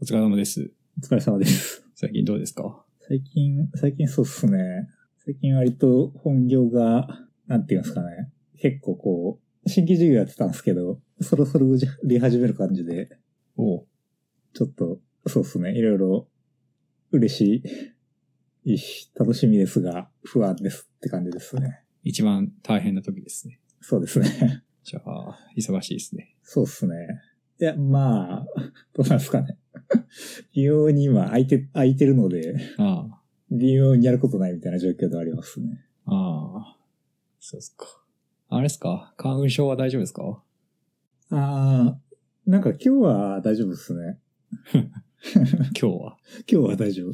お疲れ様です。お疲れ様です。最近どうですか最近、最近そうっすね。最近割と本業が、なんていうんですかね。結構こう、新規事業やってたんですけど、そろそろ売り始める感じで、おうちょっと、そうっすね。いろいろ、嬉しいいいし、楽しみですが、不安ですって感じですね。一番大変な時ですね。そうですね。じゃあ、忙しいですね。そうっすね。いや、まあ、どうなんですかね。 微妙に今空いて、空いてるので、あ微妙にやることないみたいな状況ではありますね。あ、ああ、そうですか。あれですか花粉症は大丈夫ですかああ、なんか今日は大丈夫ですね。今日は。今日 は大丈夫。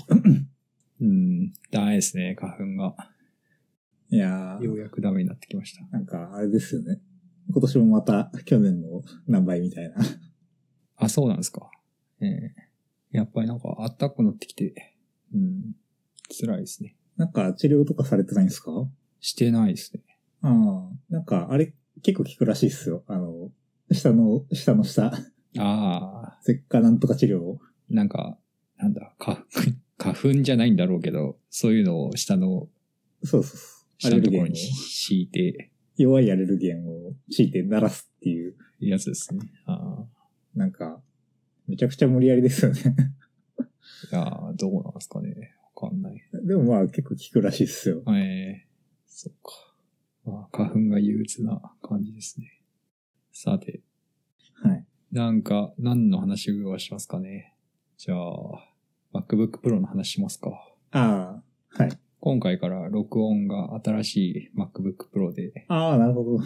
うん、ダメですね、花粉が。いやーようやくダメになってきました。なんかあれですよね。今年もまた去年の何倍みたいな。 あ、そうなんですか。ええやっぱりなんか暖かくなってきて、うん、辛いですね。なんか治療とかされてないんですかしてないですね。ああ、なんかあれ結構効くらしいっすよ。あの、下の、下の下、 ああ、舌下なんとか治療。なんか、なんだ、花粉、花粉じゃないんだろうけど、そういうのを下のそうそうそう。下アのレルとゲこンをろに、敷いて弱いアレルゲンを敷いて鳴らすっていう、るやつですね。あなんか、めちゃくちゃ無理やりですよね。 ーいやーどうなんですかね。わかんない。でもまあ結構効くらしいっすよ。えー、そっか。まあ、花粉が憂鬱な感じですね。さて、はい。なんか、何の話をしますかね。じゃあ、MacBook Pro の話しますか。ああ、はい。今回から録音が新しい MacBook Pro で、ああ、なるほど。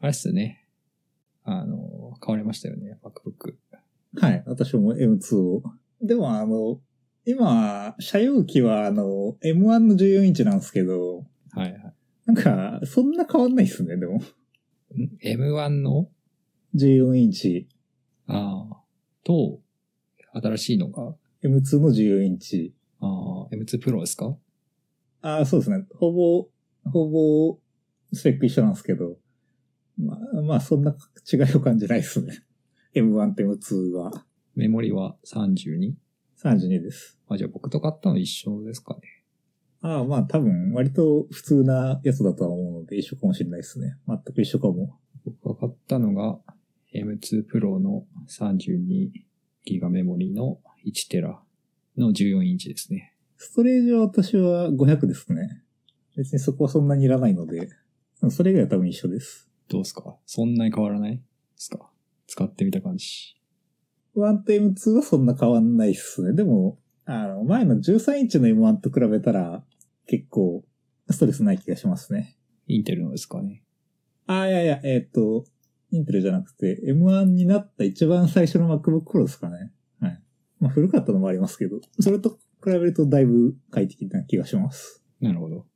あれっすよね。あの、買われましたよね、MacBook。はい。私も M2 を。でもあの、今、車用機はあの、M1 の14インチなんですけど、はいはなんか、そんな変わんないっすね、でも。い。ん M1 の14インチ、ああ。と、新しいのが、 M2 の14インチ。ああ、M2 Pro ですかああ、そうですね。ほぼ、ほぼ、スペック一緒なんですけど、まあ、まあ、そんな違いを感じないっすね。M1 と M2 はメモリは 32? 32です。あ、じゃあ僕と買ったの一緒ですかね。ああ、まあ、多分、割と普通なやつだとは思うので、一緒かもしれないですね。全く一緒かも。僕が買ったのが M2 Pro の 32GB メモリの 1TB の14インチですね。ストレージは私は500ですね。別にそこはそんなにいらないので、それ以外は多分一緒です。どうですかそんなに変わらないですか使ってみた感じ。 1と M2 はそんな変わんないっすね。でも、あの、前の13インチの M1 と比べたら、結構、ストレスない気がしますね。インテルのですかね。あ、いやいや、えーっ、と、インテルじゃなくて、M1 になった一番最初の MacBook Pro ですかね。はい。まあ、古かったのもありますけど、それと比べるとだいぶ快適な気がします。なるほど。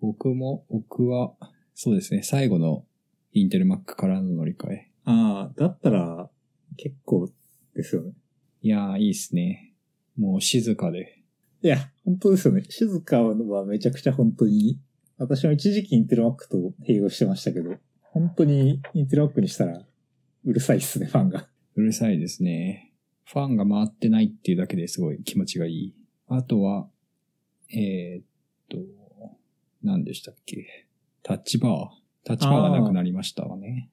僕も、僕は、そうですね、最後のインテル Mac からの乗り換え。ああ、だったら、結構ですよね。いやー、いいっすね。もう静かで。いや、本当ですよね。静かはめちゃくちゃ本当に、私も一時期インテルマックと併用してましたけど、本当にインテルマックにしたら、うるさいっすね、ファンが。うるさいですね。ファンが回ってないっていうだけですごい気持ちがいい。あとは、えー、っと、何でしたっけ。タッチバー。タッチバーがなくなりましたわね。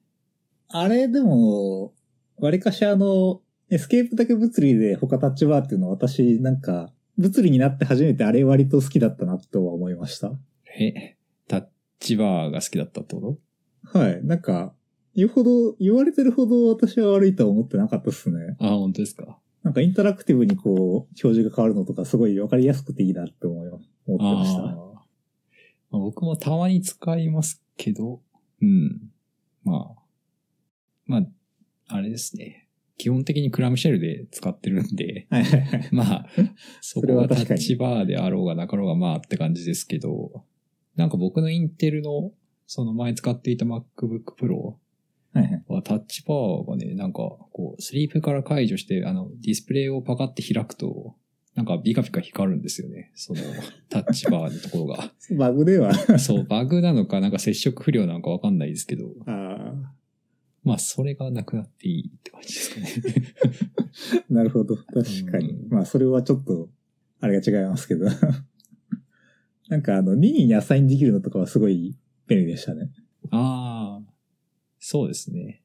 あれ、でも、割かしあの、エスケープだけ物理で他タッチバーっていうのは私、なんか、物理になって初めてあれ割と好きだったなとは思いました。え、タッチバーが好きだったってこはい。なんか、言うほど、言われてるほど私は悪いとは思ってなかったっすね。とあ、本当ですか。なんかインタラクティブにこう、表示が変わるのとかすごいわかりやすくていいなって思いま思ってましたあー。まあ僕もたまに使いますけど、うん。まあ、まあ、あれですね。基本的にクラムシェルで使ってるんで、 はいはいはい。ま あ、それこははタ確かッにチバーであろうがなかろうがまあって感じですけど、なんか僕のインテルの、その前使っていた MacBook Pro はいはい。はタッチバーがね、なんかこう、スリープから解除して、あの、ディスプレイをパカって開くと、なんかビカビカ光るんですよね。 その、タッチバーのところが。バグでは、そう、バグなのか、なんか接触不良なのかわかんないですけど、あーまあ、それがなくなっていいって感じですかね。なるほど。確かにう。んまあ、それはちょっと、あれが違いますけど。 なんか、あの、任意にアサインできるのとかはすごい便利でしたね。ああ、そうですね。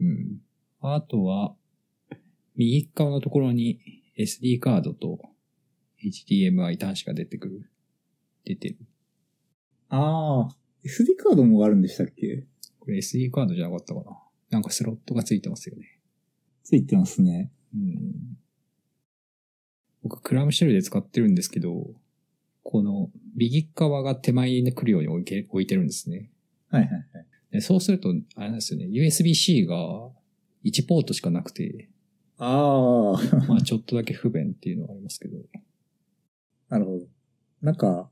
うん。あとは、右側のところに SD カードと HDMI 端子が出てくる。出てる。ああ、SD カードもあるんでしたっけこれ SD カードじゃなかったかな。なんかスロットがついてますよね。ついてますね。うん。僕、クラムシェルで使ってるんですけど、この右側が手前に来るように置いて置いてるんですね。はいはいはい。でそうすると、あれなんですよね。USB-C が1ポートしかなくて、ああ、まあちょっとだけ不便っていうのはありますけど。なるほど。なんか、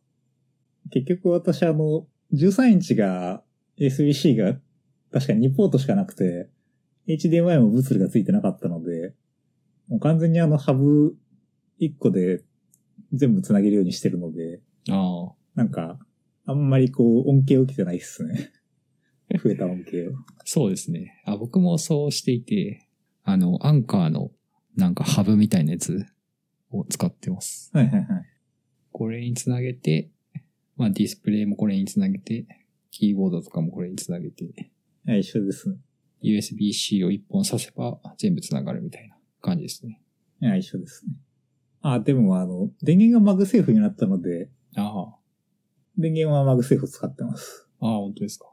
結局私あの、13インチが SBC が確かに2ポートしかなくて、HDMI も物理がついてなかったので、もう完全にあのハブ1個で全部つなげるようにしてるので、ああ。なんか、あんまりこう恩恵を受けてないっすね。 増えた恩恵を。そうですね。あ、僕もそうしていて、あの、アンカーのなんかハブみたいなやつを使ってます。はいはいはい。これにつなげて、まあディスプレイもこれにつなげて、キーボードとかもこれにつなげて、いや一緒ですね。 USB-C を1本挿せば全部つながるみたいな感じですね。いや、一緒ですね。あ、でもあの、電源がマグセーフになったので、あ電源はマグセーフを使ってます。あ。ああ、本当ですか。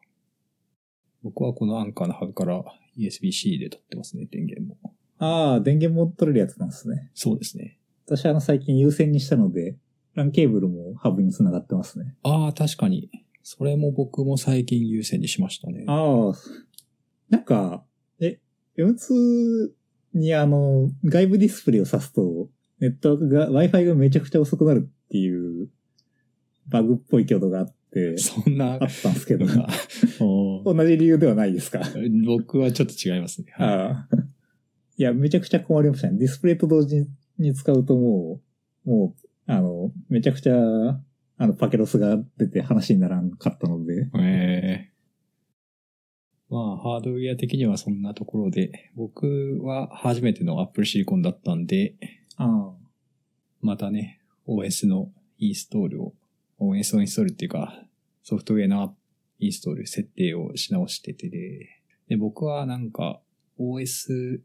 僕はこのアンカーのハブから USB-C で取ってますね、電源も。ああ、電源も取れるやつなんですね。そうですね。私あの最近優先にしたので、LAN ケーブルもハブに繋がってますね。ああ、確かに。それも僕も最近優先にしましたね。あああ。なんか、え、M2 にあの、外部ディスプレイを挿すと、ネットワークが、Wi-Fi がめちゃくちゃ遅くなるっていう、バグっぽい挙動があって、そんなあったんですけど の、が。 おー同じ理由ではないですか。僕はちょっと違いますね。はいああ。いや、めちゃくちゃ困りましたね。ディスプレイと同時に使うともう、もう、あの、めちゃくちゃ、あの、パケロスが出て話にならんかったので。ええまあ、ハードウェア的にはそんなところで、僕は初めての Apple Silicon だったんで、ああ。またね、OS のインストールを、OS をインストールっていうか、ソフトウェアのインストール設定をし直しててで、で、僕はなんか OS、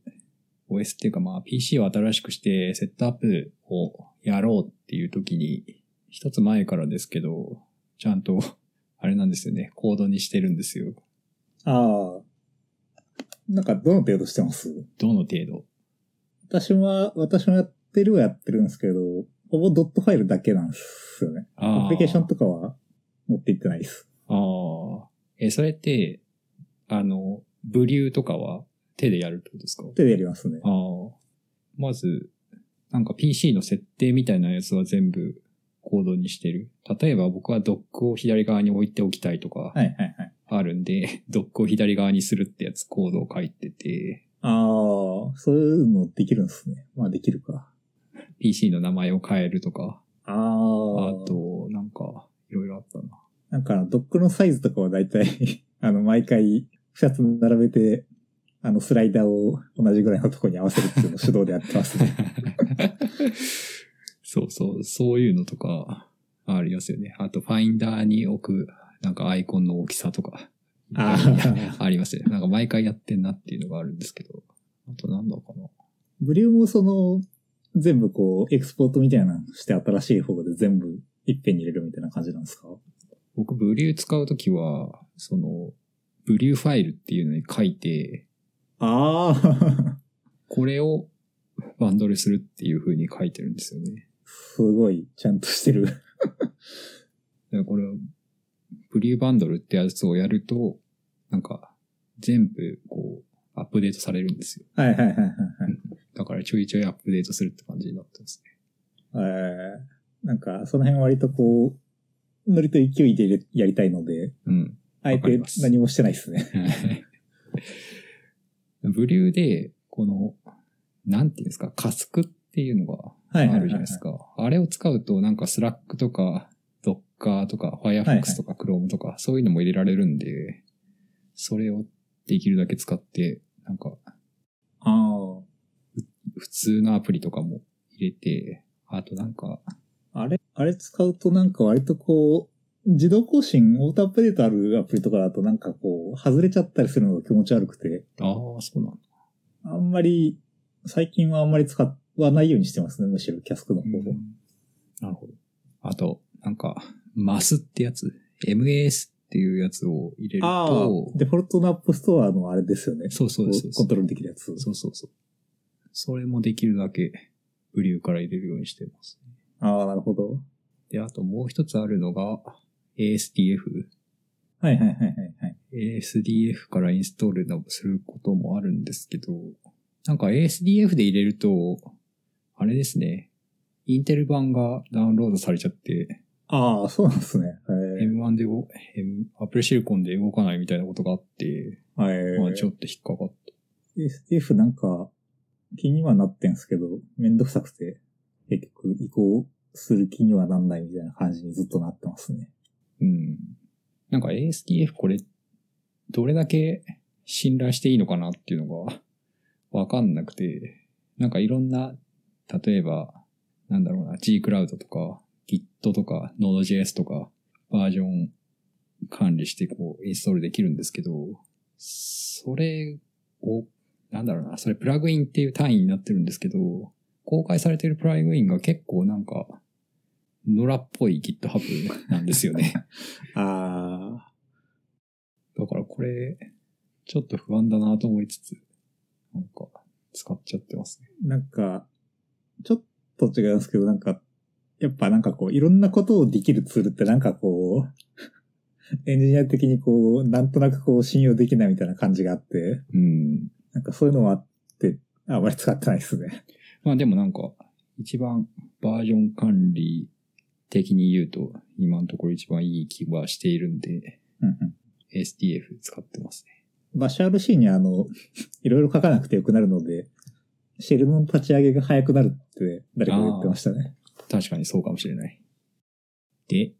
OS っていうかまあ PC を新しくしてセットアップをやろうっていう時に、一つ前からですけど、ちゃんと、あれなんですよね、コードにしてるんですよ。ああ。なんか、どの程度してますどの程度私は、私もやってるはやってるんですけど、ほぼドットファイルだけなんですよね。アアプリケーションとかは持っていってないです。ああ。え、それって、あの、ブリューとかは手でやるってことですか手でやりますね。ああ。まず、なんか PC の設定みたいなやつは全部コードにしてる。例えば僕はドックを左側に置いておきたいとかはいはいはい。あるんで、 ドックを左側にするってやつコードを書いてて、ああ、そういうのできるんですね。まあできるか。 PC の名前を変えるとか、あああ。と、なんか、いろいろあったな。なんか、ドックのサイズとかは大体 、あの、毎回、二つ並べて、あの、スライダーを同じぐらいのところに合わせるっていうのを手動でやってます ね。そうそう、そういうのとか、ありますよね。あと、ファインダーに置く、なんかアイコンの大きさとか、あー ありますよね。なんか毎回やってんなっていうのがあるんですけど。あと、なんだかな。ブリューもその、全部こう、エクスポートみたいなのして新しい方で全部いっぺんに入れるみたいな感じなんですか僕、ブリュー使うときは、その、ブリューファイルっていうのに書いて、ああ、これをバンドルするっていう風に書いてるんですよね。 すごい、ちゃんとしてる。だからこれ、ブリューバンドルってやつをやると、なんか、全部、こう、アップデートされるんですよ。はいはいはいはいはい。だから、ちょいちょいアップデートするって感じになってますね。えー、なんか、その辺割とこう、ノリと勢いでやりたいので、うん。あえわかりてます何もしてないですね。 ブリューで、この、なんていうんですか、カスクっていうのがはあるじゃないですか。あれを使うと、なんかスラックとか、ドッカーとか、Firefox とか Chrome とか、そういうのも入れられるんで、それをできるだけ使って、なんか、ああ。普通のアプリとかも入れて、あとなんか、あれ、あれ使うとなんか割とこう、自動更新、オートアップデートあるアプリとかだとなんかこう、外れちゃったりするのが気持ち悪くて、ああ、そうなんだ。あんまり、最近はあんまり使わないようにしてますね、むしろキャスクの方法。なるほど。あと、なんか、マスってやつ、MAS っていうやつを入れると、デフォルトのアップストアのあれですよね。そうそうそうコそンう。トロールできるやつ。そうそうそう。それもできるだけ、ブリューから入れるようにしてます。ああ、なるほど。で、あともう一つあるのが、ASDF。はいはいはいはいはい。 ASDF からインストールのすることもあるんですけど、なんか ASDF で入れると、あれですね、インテル版がダウンロードされちゃって、ああ、そうなんですね。へえ M1 で動、M、アップルシリコンで動かないみたいなことがあって、はい。まあちょっと引っかかっ SDF なんか、気にはなってんすけど、めんどくさくて、結局移行する気にはなんないみたいな感じにずっとなってますね。た。うん。なんか ASDF これ、どれだけ信頼していいのかなっていうのがわかんなくて、なんかいろんな、例えば、なんだろうな、G-Cloud とか Git とか Node.js とかバージョン管理してこうインストールできるんですけど、それを、なんだろうな、それプラグインっていう単位になってるんですけど、公開されてるプラグインが結構なんか、野良っぽい GitHub なんですよね。ああ、だからこれ、ちょっと不安だなと思いつつ、なんか、使っちゃってますね。なんか、ちょっと違うんですけど、なんか、やっぱなんかこう、いろんなことをできるツールってなんかこう、 エンジニア的にこう、なんとなくこう、信用できないみたいな感じがあって、うん。なんかそういうのはあって、ああまり使ってないですね。まあでもなんか、一番バージョン管理的に言うと、今のところ一番いい気はしているんで、うんうん。 SDF 使ってますね。バシャール C にあの、 いろいろ書かなくてよくなるので、シェルの立ち上げが早くなるって誰かが言ってましたね。確かにそうかもしれない。で、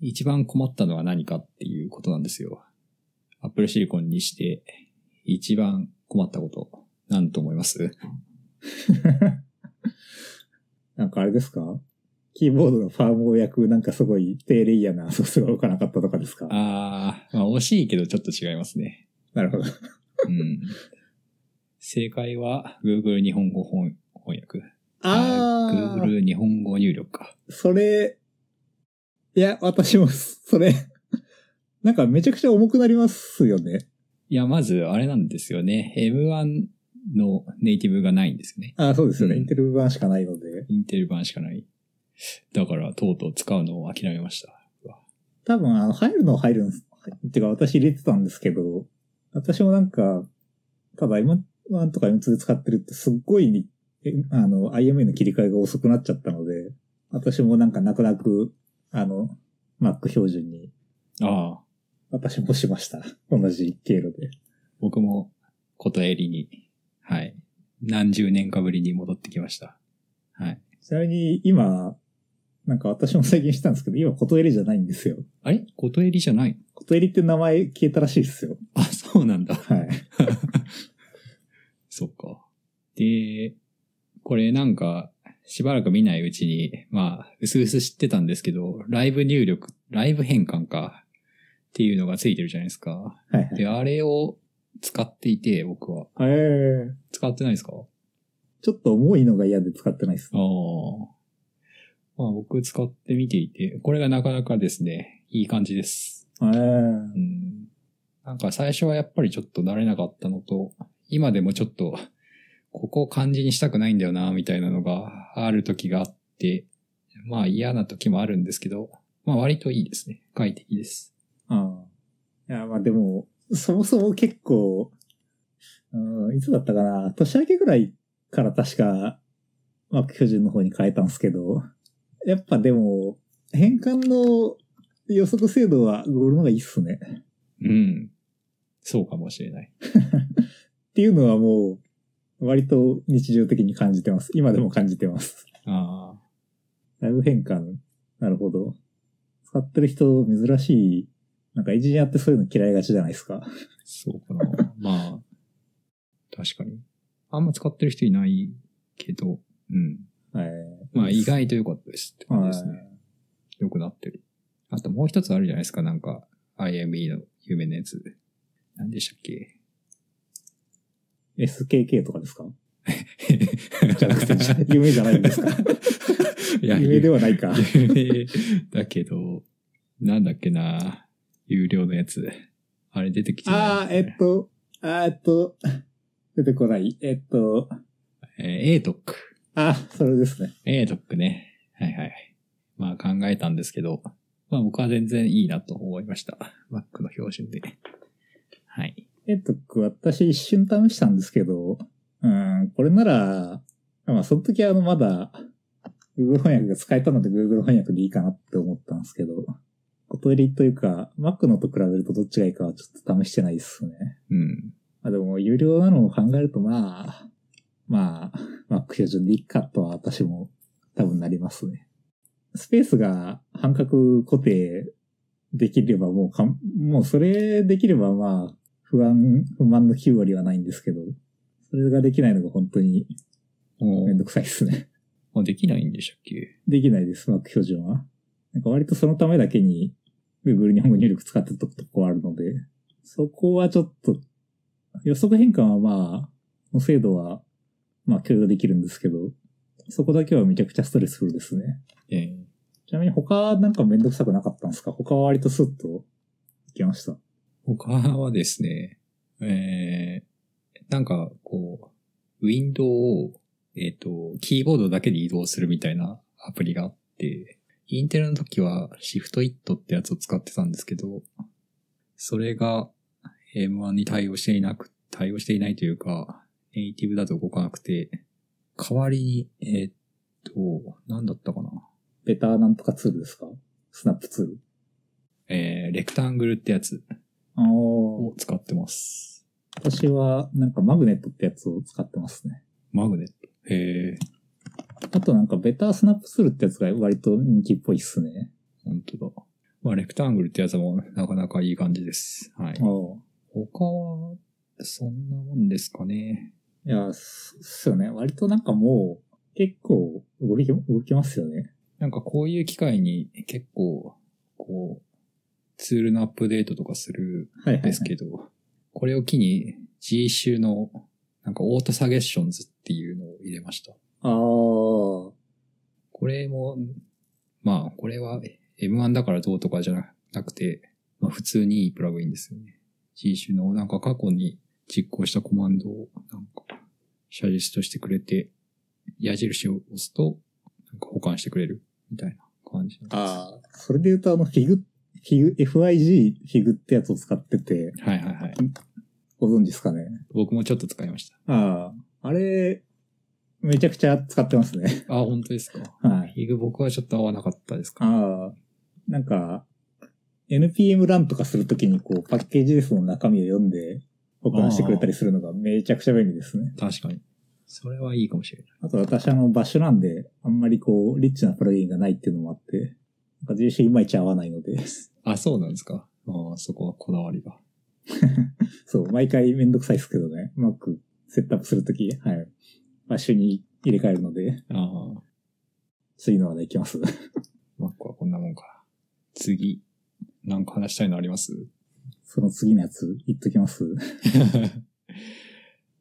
一番困ったのは何かっていうことなんですよ。Apple Silicon にして、一番困ったこと、何と思いますなんかあれですかキーボードのファームを焼くなんかすごい低レイヤーなソースが置かなかったとかですかあー、まあ、惜しいけどちょっと違いますね。なるほど。うん。正解は Google 日本語翻翻訳。あー、 Google 日本語入力か。それ、いや、私も、それ、 なんかめちゃくちゃ重くなりますよね。いや、まず、あれなんですよね。M1 のネイティブがないんですよね。ああ、そうですよね。うんインテル版しかないので。インテル版しかない。だから、とうとう使うのを諦めました。多分、あの、入るのは入るんです。てか、私入れてたんですけど、私もなんか、ただ M1 とか M2 で使ってるってすっごいに、えあの、IMA の切り替えが遅くなっちゃったので、私もなんか泣く泣く、あの、Mac 標準に、ああ、私もしました。同じ経路で。僕も、ことえりに、はい。何十年かぶりに戻ってきました。はい。ちなみに、今、なんか私も最近したんですけど、今、ことえりじゃないんですよ。あれことえりじゃないことえりって名前消えたらしいですよ。あ、そうなんだ。はい。そっか。で、これなんか、しばらく見ないうちに、まあ、うすうす知ってたんですけど、ライブ入力、ライブ変換か、っていうのがついてるじゃないですか。はいはい。で、あれを使っていて、僕は。えー、使ってないですかちょっと重いのが嫌で使ってないですあ。あ。まあ、僕使ってみていて、これがなかなかですね、いい感じです。えーうん。なんか最初はやっぱりちょっと慣れなかったのと、今でもちょっと、 ここを漢字にしたくないんだよな、みたいなのがある時があって、まあ嫌な時もあるんですけど、まあ割といいですね。快適です。ああ。いや、まあでも、そもそも結構、うん、いつだったかな、年明けぐらいから確か、まあ、巨人の方に変えたんですけど、やっぱでも、変換の予測精度はゴールの方がいいっすね。っうん。そうかもしれない。ていうのはもう、割と日常的に感じてます。今でも感じてます。ああ。ライブ変換、なるほど。使ってる人珍しいなんかエンジニアってそういうの嫌いがちじゃないですか。そうかな。 まあ、確かに。あんま使ってる人いないけど、うん。はい。まあ、意外と良かったですって感じですね。良くなってる。あともう一つあるじゃないですか、なんか、IME の有名なやつ。何でしたっけ SKK とかですかじゃなくて、夢じゃないんですかいや、夢ではないか。有名だけど、なんだっけな、有料のやつ。あれ出てきてないああ、えっと、あーえっと、出てこない。えっと、えー、ATOC。あ、それですね。 ATOC ね。はいはい。まあ考えたんですけど、まあ僕は全然いいなと思いました。Mac の標準で。はい。えっと、私一瞬試したんですけど、うん、これなら、まあ、その時はあの、まだ、Google 翻訳が使えたので Google 翻訳でいいかなって思ったんですけど、小取りというか、Mac のと比べるとどっちがいいかはちょっと試してないですね。うん。まあでも、有料なのを考えると、まあ、まあ、Mac 標準でいいかとは私も多分なりますね。スペースが半角固定できればもうかん、もうそれできればまあ、不安、不満の9割はないんですけど、それができないのが本当にもめんどくさいですね。う、できないんでしたっけできないです、Mac 標準は。なんか割とそのためだけに Google 日本語入力使ってたとこあるので、そこはちょっと、予測変換はまあ、精度は、まあ許容できるんですけど、そこだけはめちゃくちゃストレスフルですね。ええちなみに他なんかめんどくさくなかったんですか他は割とスッといきました。他はですね、えー、なんかこう、ウィンドウを、えっ、と、キーボードだけで移動するみたいなアプリがあって、インテルの時はシフトイットってやつを使ってたんですけど、それが M1 に対応していなく、対応していないというか、ネイティブだと動かなくて、代わりに、えっ、と、なんだったかな。ベターなんとかツールですかスナップツール。えー、レクタングルってやつああ、を使ってます。私はなんかマグネットってやつを使ってますね。マグネット。へえ、あとなんかベタースナップツールってやつが割と人気っぽいっすね。本当だ。まあ、レクタングルってやつもなかなかいい感じです。はい。お他は、そんなもんですかね。いや、そっすよね。割となんかもう、結構動き、動きますよね。なんかこういう機会に結構、こう、ツールのアップデートとかするはいはい、んですけど、これを機に G 集の、なんかオートサゲッションズっていうのを入れました。ああ、これも、まあ、これは M1 だからどうとかじゃなくて、まあ普通にいいプラグインですよね。G 種のなんか過去に実行したコマンドをなんか、シャジェストしてくれて、矢印を押すと、なんか保管してくれるみたいな感じなんです。ああ。それで言うとあの、フィグ、フィグ、FIG、フィグってやつを使ってて、はいはいはい。ご存知ですかね。僕もちょっと使いました。ああ。あれ、めちゃくちゃ使ってますね。 あ、本当ですか。はい。ヒグ僕はちょっと合わなかったですか。ああ。なんか、NPM ランとかするときにこう、パッケージ JS の中身を読んで、保管してくれたりするのがめちゃくちゃ便利ですね。確かに。それはいいかもしれない。あと私あの、バッシュなんで、あんまりこう、リッチなプラグインがないっていうのもあって、なんか GC いまいち合わないので、 あ、そうなんですか。ああ、そこはこだわりが。そう、毎回めんどくさいですけどね、うまくセットアップするとき、はい、バッシュに入れ替えるので、ああ。次の話題いきます。 マックはこんなもんか。次、なんか話したいのあります その次のやつ、言っときます。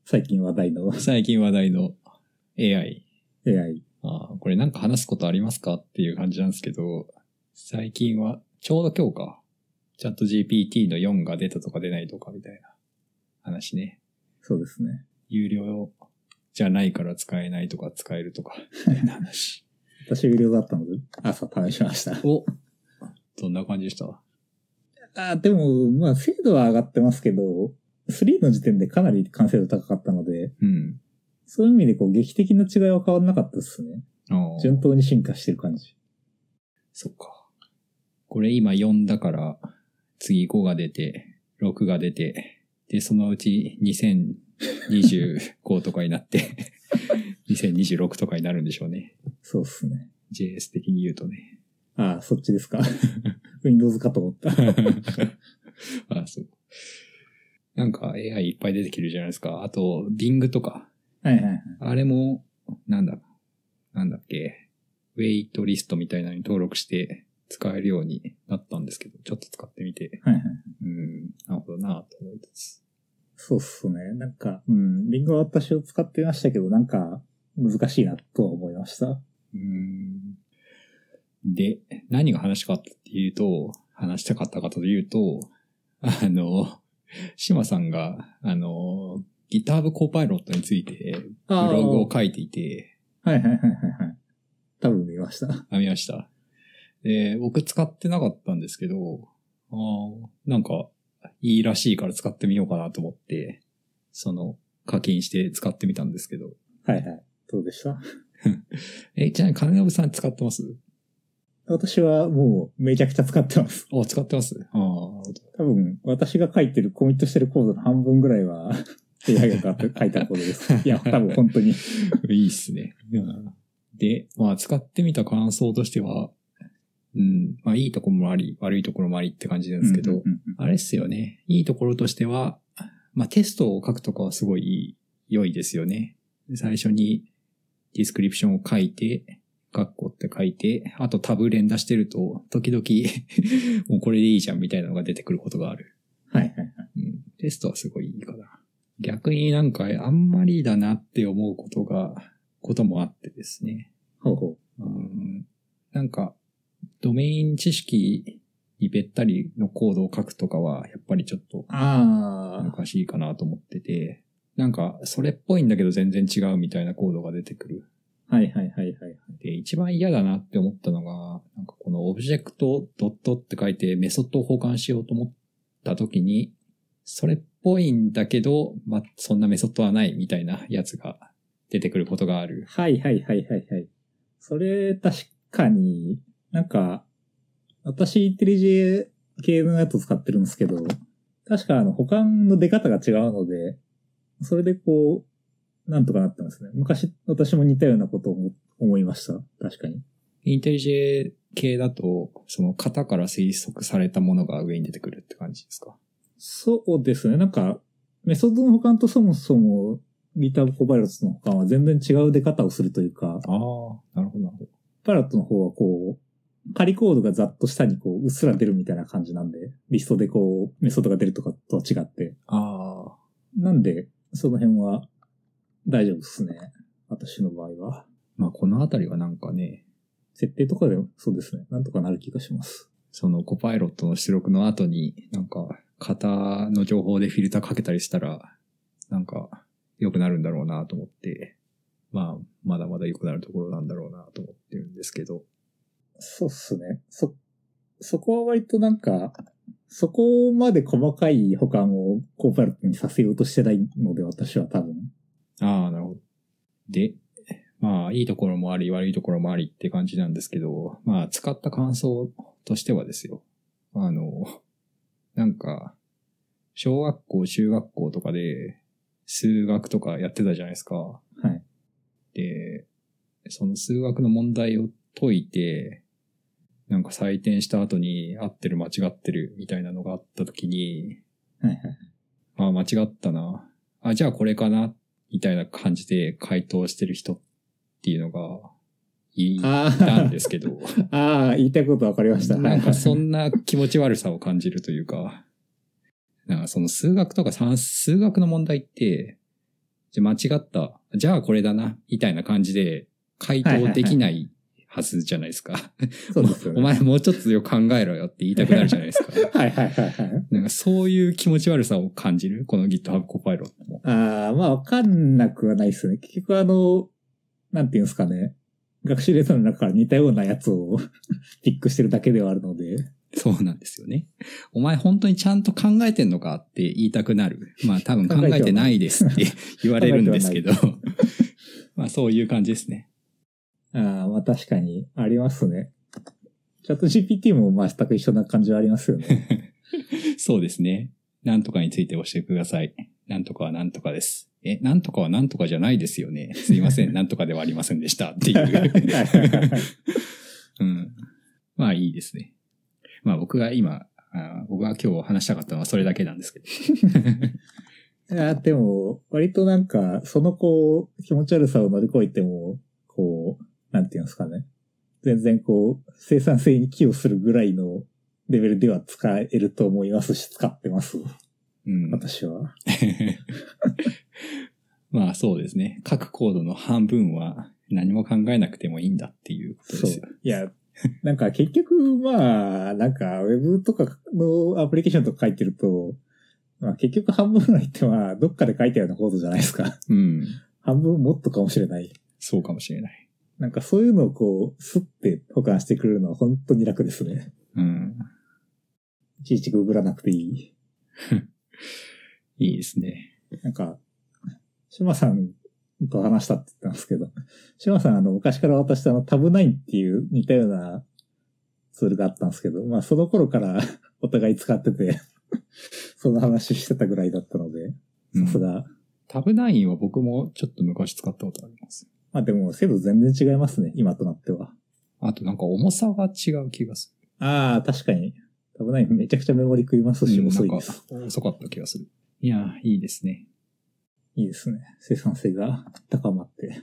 最近話題の最近話題の AI。 AI。あーこれなんか話すことありますかっていう感じなんですけど、最近は、ちょうど今日か。チャット GPT の4が出たとか出ないとかみたいな話ね。そうですね。有料じゃないから使えないとか使えるとか、 みたいな話。私有料だったので、朝試しました。おどんな感じでしたああーでも、まあ、精度は上がってますけど、3の時点でかなり完成度高かったので、うん。そういう意味でこう、劇的な違いは変わんなかったですね。あー順当に進化してる感じ。そっか。これ今4だから、次5が出て、6が出て、で、そのうち2025とかになって、2026とかになるんでしょうね。そうっすね。 JS 的に言うとね。ああ、そっちですか。 Windows かと思 った。あ、そう。なんか AI いっぱい出てきるじゃないですか。あと、Bing とか。はいはいはい。あれも、なんだ、なんだっけ、ウェイトリストみたいなのに登録して使えるようになったんですけど、ちょっと使ってみて、はいはい。うん、なるほどなと思いつつ。そうっすね。なんか、うん、リンゴは私を使ってましたけど、なんか、難しいなとは思いました。うん。で、何が話したかったっていうと、話したかったかというと、あの、シマさんが、あの、GitHub コーパイロットについてブあログを書いていて、はいはいはいはいはい。多分見ました。あ、見ました。で、僕使ってなかったんですけど、あーなんか、いいらしいから使ってみようかなと思って、その、課金して使ってみたんですけど。はいはい。どうでしたえ、ちなみに金信さん使ってます私はもうめちゃくちゃ使ってます。あ、使ってますああ、なるほど多分、私が書いてる、コミットしてるコードの半分ぐらい は、AI が書いた書いたコード です。いや、多分本当に。いいっすね。で、まあ、使ってみた感想としては、うん、まあ、いいところもあり、悪いところもありって感じなんですけど、うんうんうんあれっすよね。いいところとしては、まあ、テストを書くとかはすごい良いですよね。最初にディスクリプションを書いて、カッコって書いて、あとタブ連打してると、時々、 もうこれでいいじゃんみたいなのが出てくることがある。はいはいはい。うん、テストはすごいいいかな。逆になんかあんまりだなって思うことが、こともあってですね。ほうほうん、なんか、ドメイン知識にべったりのコードを書くとかは、やっぱりちょっとう。あ難しいかなと思ってて、なんか、それっぽいんだけど全然違うみたいなコードが出てくる。あ。はいはいはいはい。で、一番嫌だなって思ったのが、なんかこのオブジェクトドットって書いてメソッドを保管しようと思った時に、それっぽいんだけど、まあ、そんなメソッドはないみたいなやつが出てくることがある。はいはいはいはいはい。それ、確かに、なんか、私、インテリジェ系のやつ使ってるんですけど、確かあの、保管の出方が違うので、それでこう、なんとかなってますね。昔、私も似たようなことを思思いました。確かに。インテリジェ系だと、その型から推測されたものが上に出てくるって感じですかそうですね。なんか、メソッドの保管とそもそも、リターブコバイロスの保管は全然違う出方をするというか、ああ、なるほど、なるほど。パラットの方はこう、仮コードがざっと下にこう、うっすら出るみたいな感じなんで、リストでこう、メソッドが出るとかとは違って。ああ、なんで、その辺は大丈夫ですね。私の場合は。まあ、このあたりはなんかね、設定とかでもそうですね。なんとかなる気がします。そのコパイロットの出力の後に、なんか、型の情報でフィルターかけたりしたら、なんか、良くなるんだろうなと思って、まあ、まだまだ良くなるところなんだろうなと思ってるんですけど、そうっすね。そ、そこは割となんか、そこまで細かい保管をコーパルトにさせようとしてないので、私は多分。ああ、なるほど。で、まあ、いいところもあり、悪いところもありって感じなんですけど、まあ、使った感想としてはですよ。あの、なんか、小学校、中学校とかで、数学とかやってたじゃないですか。はい。で、その数学の問題を解いて、なんか採点した後に合ってる間違ってるみたいなのがあった時に、はいはい。あ、間違ったな。あ、じゃあこれかな。みたいな感じで回答してる人っていうのがいあたんーですけど、あー、言いたいことわかりました。なんかそな。んな気持ち悪さを感じるというか、なんかその数学とか算数学の問題って、じゃあ間違った。じゃあこれだな。みたいな感じで回答できないはずじゃないですか。そうですよね。お前もうちょっとよく考えろよって言いたくなるじゃないですか。はいはいはいはい。なんかそういう気持ち悪さを感じる。この GitHub コパイロットも。ああ、まあわかんなくはないですね。結局あの、なんていうんですかね。学習レートの中から似たようなやつを ピックしてるだけではあるので。 そうなんですよね。お前本当にちゃんと考えてんのかって言いたくなる。まあ多分考えてないですって 言われるんですけど。 まあそういう感じですね。ああ、まあ確かにありますね。チャット GPT もまあ全く一緒な感じはありますよ ね。そうですね。なんとかについて教えてください。なんとかはなんとかです。え、なんとかはなんとかじゃないですよね。すいませ ん。なんとかではありませんでした。っていはいはいはう。ういん。まあいいですね。まあ僕が今、あー僕が今日話したかったのはそれだけなんですけど。いや、でも、割となんか、そのこう、気持ち悪さを乗り越えても、こう、なんていうんですかね。全然こう、生産性に寄与するぐらいのレベルでは使えると思いますし、使ってます。うん、私は。 まあそうですね。各コードの半分は何も考えなくてもいいんだっていうことですよ。。いや、なんか結局、まあ、なんか、ウェブとかのアプリケーションとか書いてると、まあ結局半分ぐらいっては、どっかで書いたようなコードじゃないですか。 うん。半分もっとかもしれない。そうかもしれない。なんかそういうのをこう、すって保管してくれるのは本当に楽ですね。うん。いちいちググらなくていい。いいですね。なんか、島さんと話したって言ったんですけど、島さんあの昔から私とあのタブナインっていう似たようなツールがあったんですけど、まあその頃から お互い使ってて、 その話してたぐらいだったので、うんさすが。タブナインは僕もちょっと昔使ったことあります。まあでも精度全然違いますね、今となっては。あとなんか重さが違う気がすああ、確かに。タブナインめちゃくちゃメモリ食いますし、うん遅いです。る。遅かった気がする。いやー、いいですね。いいですね。生産性が高まって。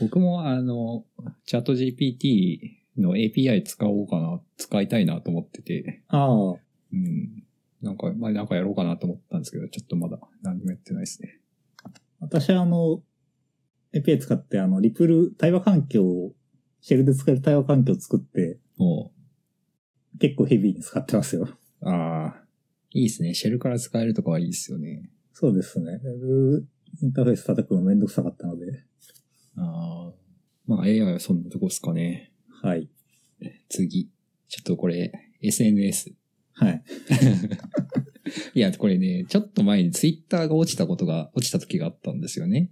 僕もあの、チャット GPT の API 使おうかな、使いたいなと思ってて、ああ、うん。なんか、まあ、なんかやろうかなと思ったんですけど、ちょっとまだ何もやってないですね。私はあの、API 使ってあの、リプル対話環境を、シェルで使える対話環境を作って、おう結構ヘビーに使ってますよ。 ああ、いいですね。シェルから使えるとかはいいですよね。そうですね。Web インターフェース叩くのめんどくさかったので。ああ。まあ AI はそんなとこですかね。はい。次。ちょっとこれ、SNS。はい。いや、これね、ちょっと前に Twitter が落ちたことが、落ちた時があったんですよね。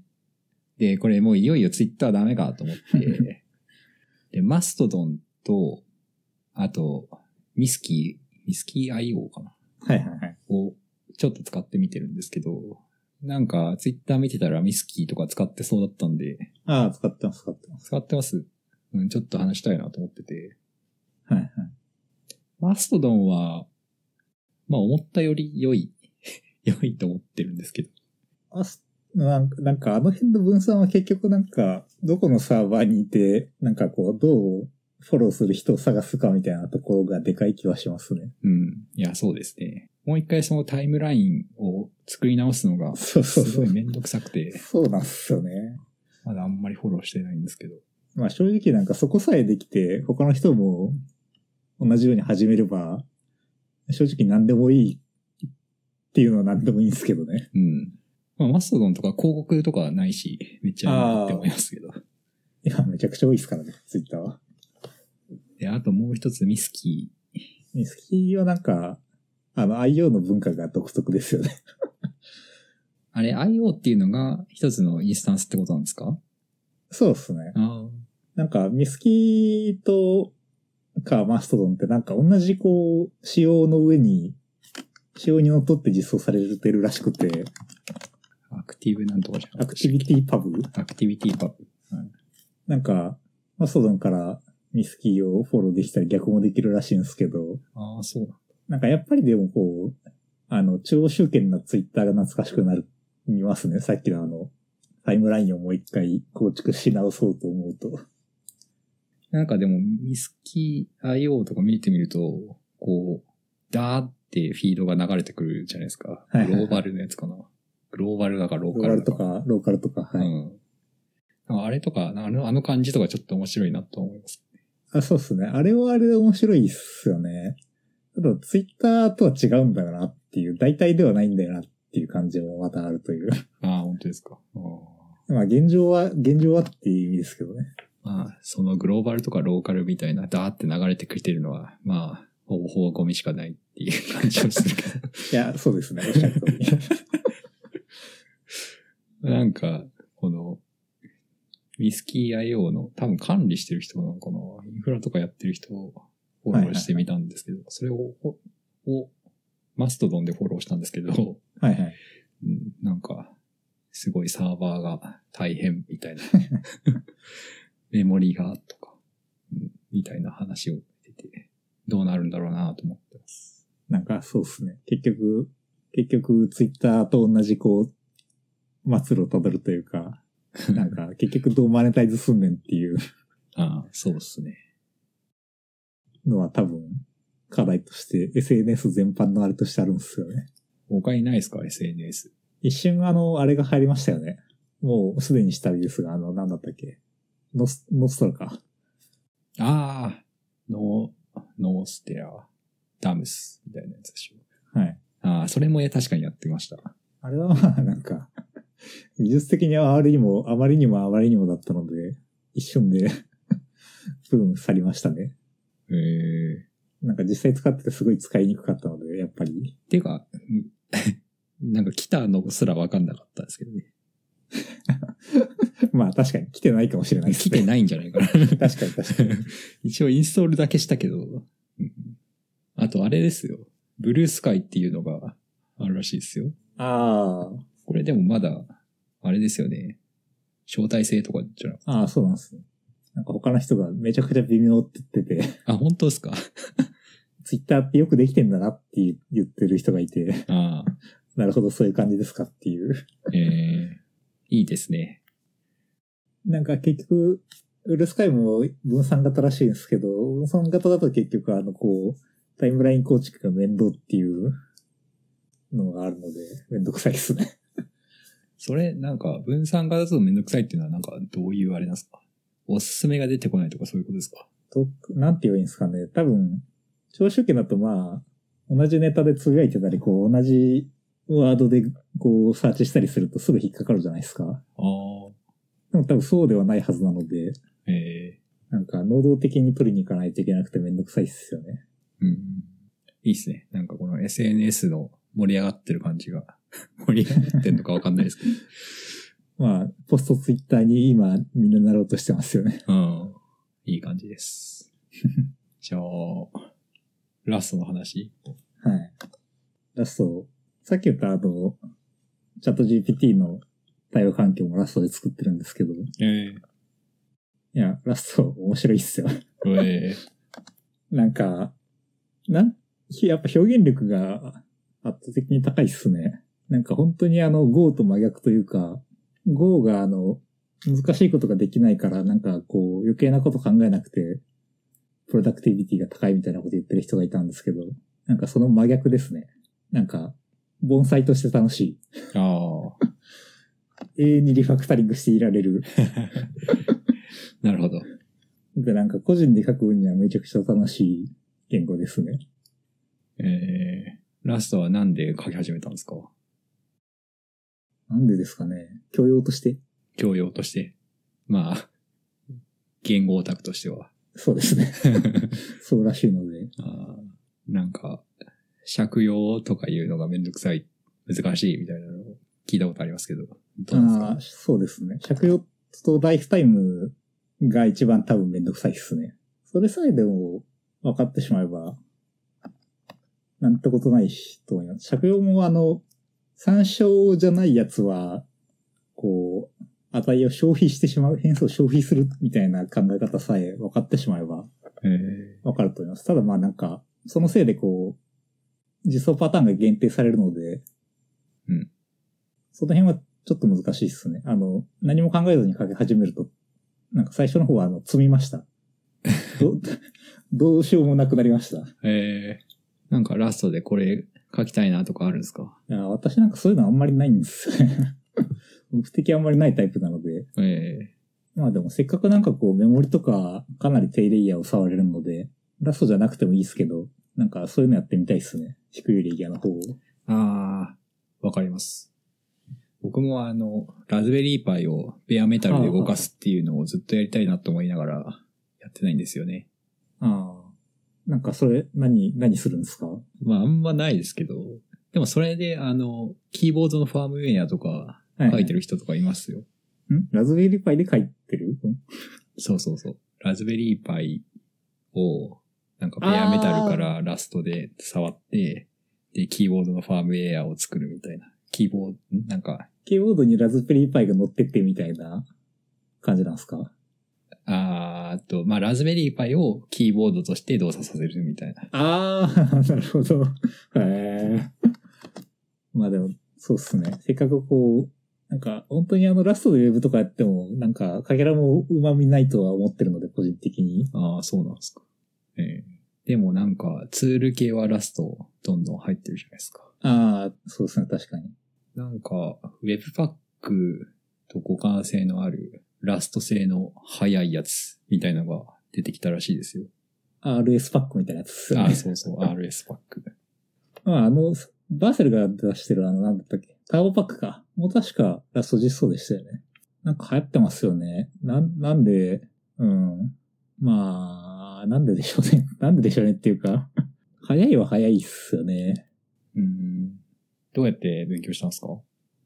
で、これもういよいよ Twitter ダメかと思って、 で、マストドンと、あと、ミスキー、ミスキー IO かな。はいはいはい。をちょっと使ってみてるんですけど、なんか、ツイッター見てたらミスキーとか使ってそうだったんで、ああ、使ってます、使ってます。使ってます。うん、ちょっと話したいなと思ってて。はいはい。マストドンは、まあ思ったより良い、 良いと思ってるんですけど。あすなんかなんかあの辺の分散は結局なんか、どこのサーバーにいて、なんかこう、どうフォローする人を探すかみたいなところがでかい気はしますね。うん。いや、そうですね。もう一回そのタイムラインを作り直すのが、そうそうすそごうい。めんどくさくて、そうなんですよね。まだあんまりフォローしてないんですけど。まあ正直なんかそこさえできて、他の人も同じように始めれば、正直何でもいいっていうのは何でもいいんですけどね。うん。まあマストドンとか広告とかはないし、めっちゃいいなって思いますけど。いや、めちゃくちゃ多いですからね、ツイッターは。で、あともう一つミスキー。ミスキーはなんか、あの IO の文化が独特ですよね。 あれ、IO っていうのが一つのインスタンスってことなんですかそうですね。あなんかミスキーとかマストドンってなんか同じこう、仕様の上に、仕様にのっとって実装されてるらしくて、あ。アクティブなんとかじゃなアくクて。ティビティパブアクティビティパブ。なんか、マストドンからミスキーをフォローできたり逆もできるらしいんですけど、ああ、そうなんなんかやっぱりでもこう、あの、中央集権なツイッターが懐かしくなる、見ますね。さっきのあの、タイムラインをもう一回構築し直そうと思うと。だ。なんかでも、ミスキー IO とか見てみると、こう、ダーってフィードが流れてくるじゃないですか。いはいはいグローバルのやつかな。グローバルだかロローーカカルルだとか。か、ローカルとか、はい。うん。なんかあれとか、あの、あの感じとかちょっと面白いなと思います。あそうですね。あれはあれで面白いっすよね。ただ、ツイッターとは違うんだよなっていう、代替ではないんだよなっていう感じもまたあるという。 ああ、本当ですか。あまあ、現状は、現状はっていう意味ですけどね。あまあ、そのグローバルとかローカルみたいな、ダーって流れてくれてるのは、まあ、ほぼほぼゴミしかないっていう感じはするけど。いや、そうですね。おっしゃる通り。 なんか、この、ミスキー IO の多分管理してる人なのかなインフラとかやってる人をフォローしてみたんですけど、それを、ををマストドンでフォローしたんですけど、はいはい。うんなんか、すごいサーバーが大変みた いな。メモリがとか、うんみたいな話を出てて、どうなるんだろうなと思ってます。なんかそうっすね。結局、結局、ツイッターと同じこう、末路をたどるというか、なんか結局どうマネタイズすんねんっていうああ、そうっすね。のは多分、課題として SNS 全般のあれとしてあるんですよね。他にないですか ?SNS。一瞬あの、あれが入りましたよね。もうすでに下火ですが、あの、なんだったっけ。ノス、ノストラか。ああ、ノー、ノーステア、ダムスみたいなやつでしょ。はい。ああ、それもえ確かにやってました。あれはまあなんか、技術的にはあまりにも、あまりにもあまりにもだったので、一瞬で、 部分去りましたね。ええなんか実際使っててすごい使いにくかったので、やっぱり。 ていうか、 うんなんか来たのすらわかんなかったんですけどね。まあ確かに来てないかもしれないです来てね。ないんじゃないかな。確かに確かに。一応インストールだけしたけど、うんあとあれですよ。ブルースカイっていうのがあるらしいですよ。 あこれでもまだ、あれですよね。招待制とかじゃなくて。あ、ああ、そうなんですね。なんか他の人がめちゃくちゃ微妙って言って て、あ、本当ですか ツイッターってよくできてんだなって言ってる人がいて、 ああ、なるほどそういう感じですかっていう。ええいいですね。なんか結局、ウルスカイも分散型らしいんですけど、分散型だと結局あのこう、タイムライン構築が面倒っていうのがあるので、めんどくさいですね。それ、なんか、分散型だとめんどくさいっていうのは、なんか、どういうあれなんですかおすすめが出てこないとかそういうことですかと、なんて言えばいいんですかね。多分、長周期だとまあ、同じネタでつぶやいてたり、こう、同じワードで、こう、サーチしたりするとすぐ引っかかるじゃないですか。ああ、でも多分そうではないはずなので、ええなんか、能動的に取りに行かないといけなくてめんどくさいっすよね。うん。いいっすね。なんかこの SNS の盛り上がってる感じが、 盛り上がってんのかわかんないですけまあ、ポストツイッターに今、みんななろうとしてますよね。 ど。うん。いい感じ です。じゃあ、ラストの話。はい。ラスト、さっき言ったあの、チャット GPT の対話環境もラストで作ってるんですけど、いええや、ラスト面白いっすよ。ええなんか、なん、ひやっぱ表現力が圧倒的に高いっすね。なんか本当にあの、GO と真逆というか、GO があの、難しいことができないから、なんかこう、余計なこと考えなくて、プロダクティビティが高いみたいなこと言ってる人がいたんですけど、なんかその真逆ですね。なんか、盆栽として楽しああ、い。永遠にリファクタリングしていられる。なるほど。で、なんか個人で書く分にはめちゃくちゃ楽しい言語ですね。ええラストはなんで書き始めたんですかなんでですかね。教養として教養として。まあ、言語オタクとして は。そうですね。そうらしいので。あーなんか、借用とかいうのがめんどくさい、難しいみたいなのを聞いたことありますけど、どうあなんーですかそうですね。借用とライフタイムが一番多分めんどくさいっすね。それさえでも分かってしまえば、なんてことないし、と思います。借用もあの、参照じゃないやつは、こう、値を消費してしまう、変数を消費するみたいな考え方さえ分かってしまえば、えわかると思います。ただまあなんか、そのせいでこう、実装パターンが限定されるので、うん。その辺はちょっと難しいですね。あの、何も考えずに書き始めると、なんか最初の方はあの、積みました。 ど、どうしようもなくなりました。いーえーなんかラストでこれ書きたいなとかあるんですかや私なんかそういうのあんまりないんですよね。 目的あんまりないタイプなので。ええまあでもせっかくなんかこうメモリとかかなり低レイヤーを触れるので、ラストじゃなくてもいいですけど、なんかそういうのやってみたいですね。低いレイヤーの方を。ああ、わかります。僕もあの、ラズベリーパイをベアメタルで動かすっていうのをずっとやりたいなと思いながらやってないんですよね。ああ。なんかそれ、何、何するんですかまああんまないですけど、でもそれであの、キーボードのファームウェアとかは書いてる人とかいますよ。んラズベリーパイで書いてるんそうそうそう。ラズベリーパイを、なんかペアメタルからラストで触って、で、キーボードのファームウェアを作るみたいな。キーボード、んなんか、キーボードにラズベリーパイが乗ってってみたいな感じなんですかあーっと、まあ、ラズベリーパイをキーボードとして動作させるみたいな。ああ、 なるほど。へえ。まあでも、そうっすね。せっかくこう、なんか、本当にあのラストでウェブとかやっても、なんか、かけらも旨味ないとは思ってるので、個人的に。ああ、そうなんですか。ええでもなんか、ツール系はラストどんどん入ってるじゃないですか。ああ、そうですね、確かに。なんか、ウェブパックと互換性のある、ラスト性の速いやつみたいのが出てきたらしいですよ。 RS パックみたいなやつっすよあねあ、。そう そう、RS パック。まあ、あの、バーセルが出してるあの、なんだったっけターボパックか。もう確かラスト実装でしたよね。なんか流行ってますよね。なん、なんで、うん。まあ、なんででしょうね。 なんででしょうねっていうか。早いは早いっすよね。うん。どうやって勉強したんですか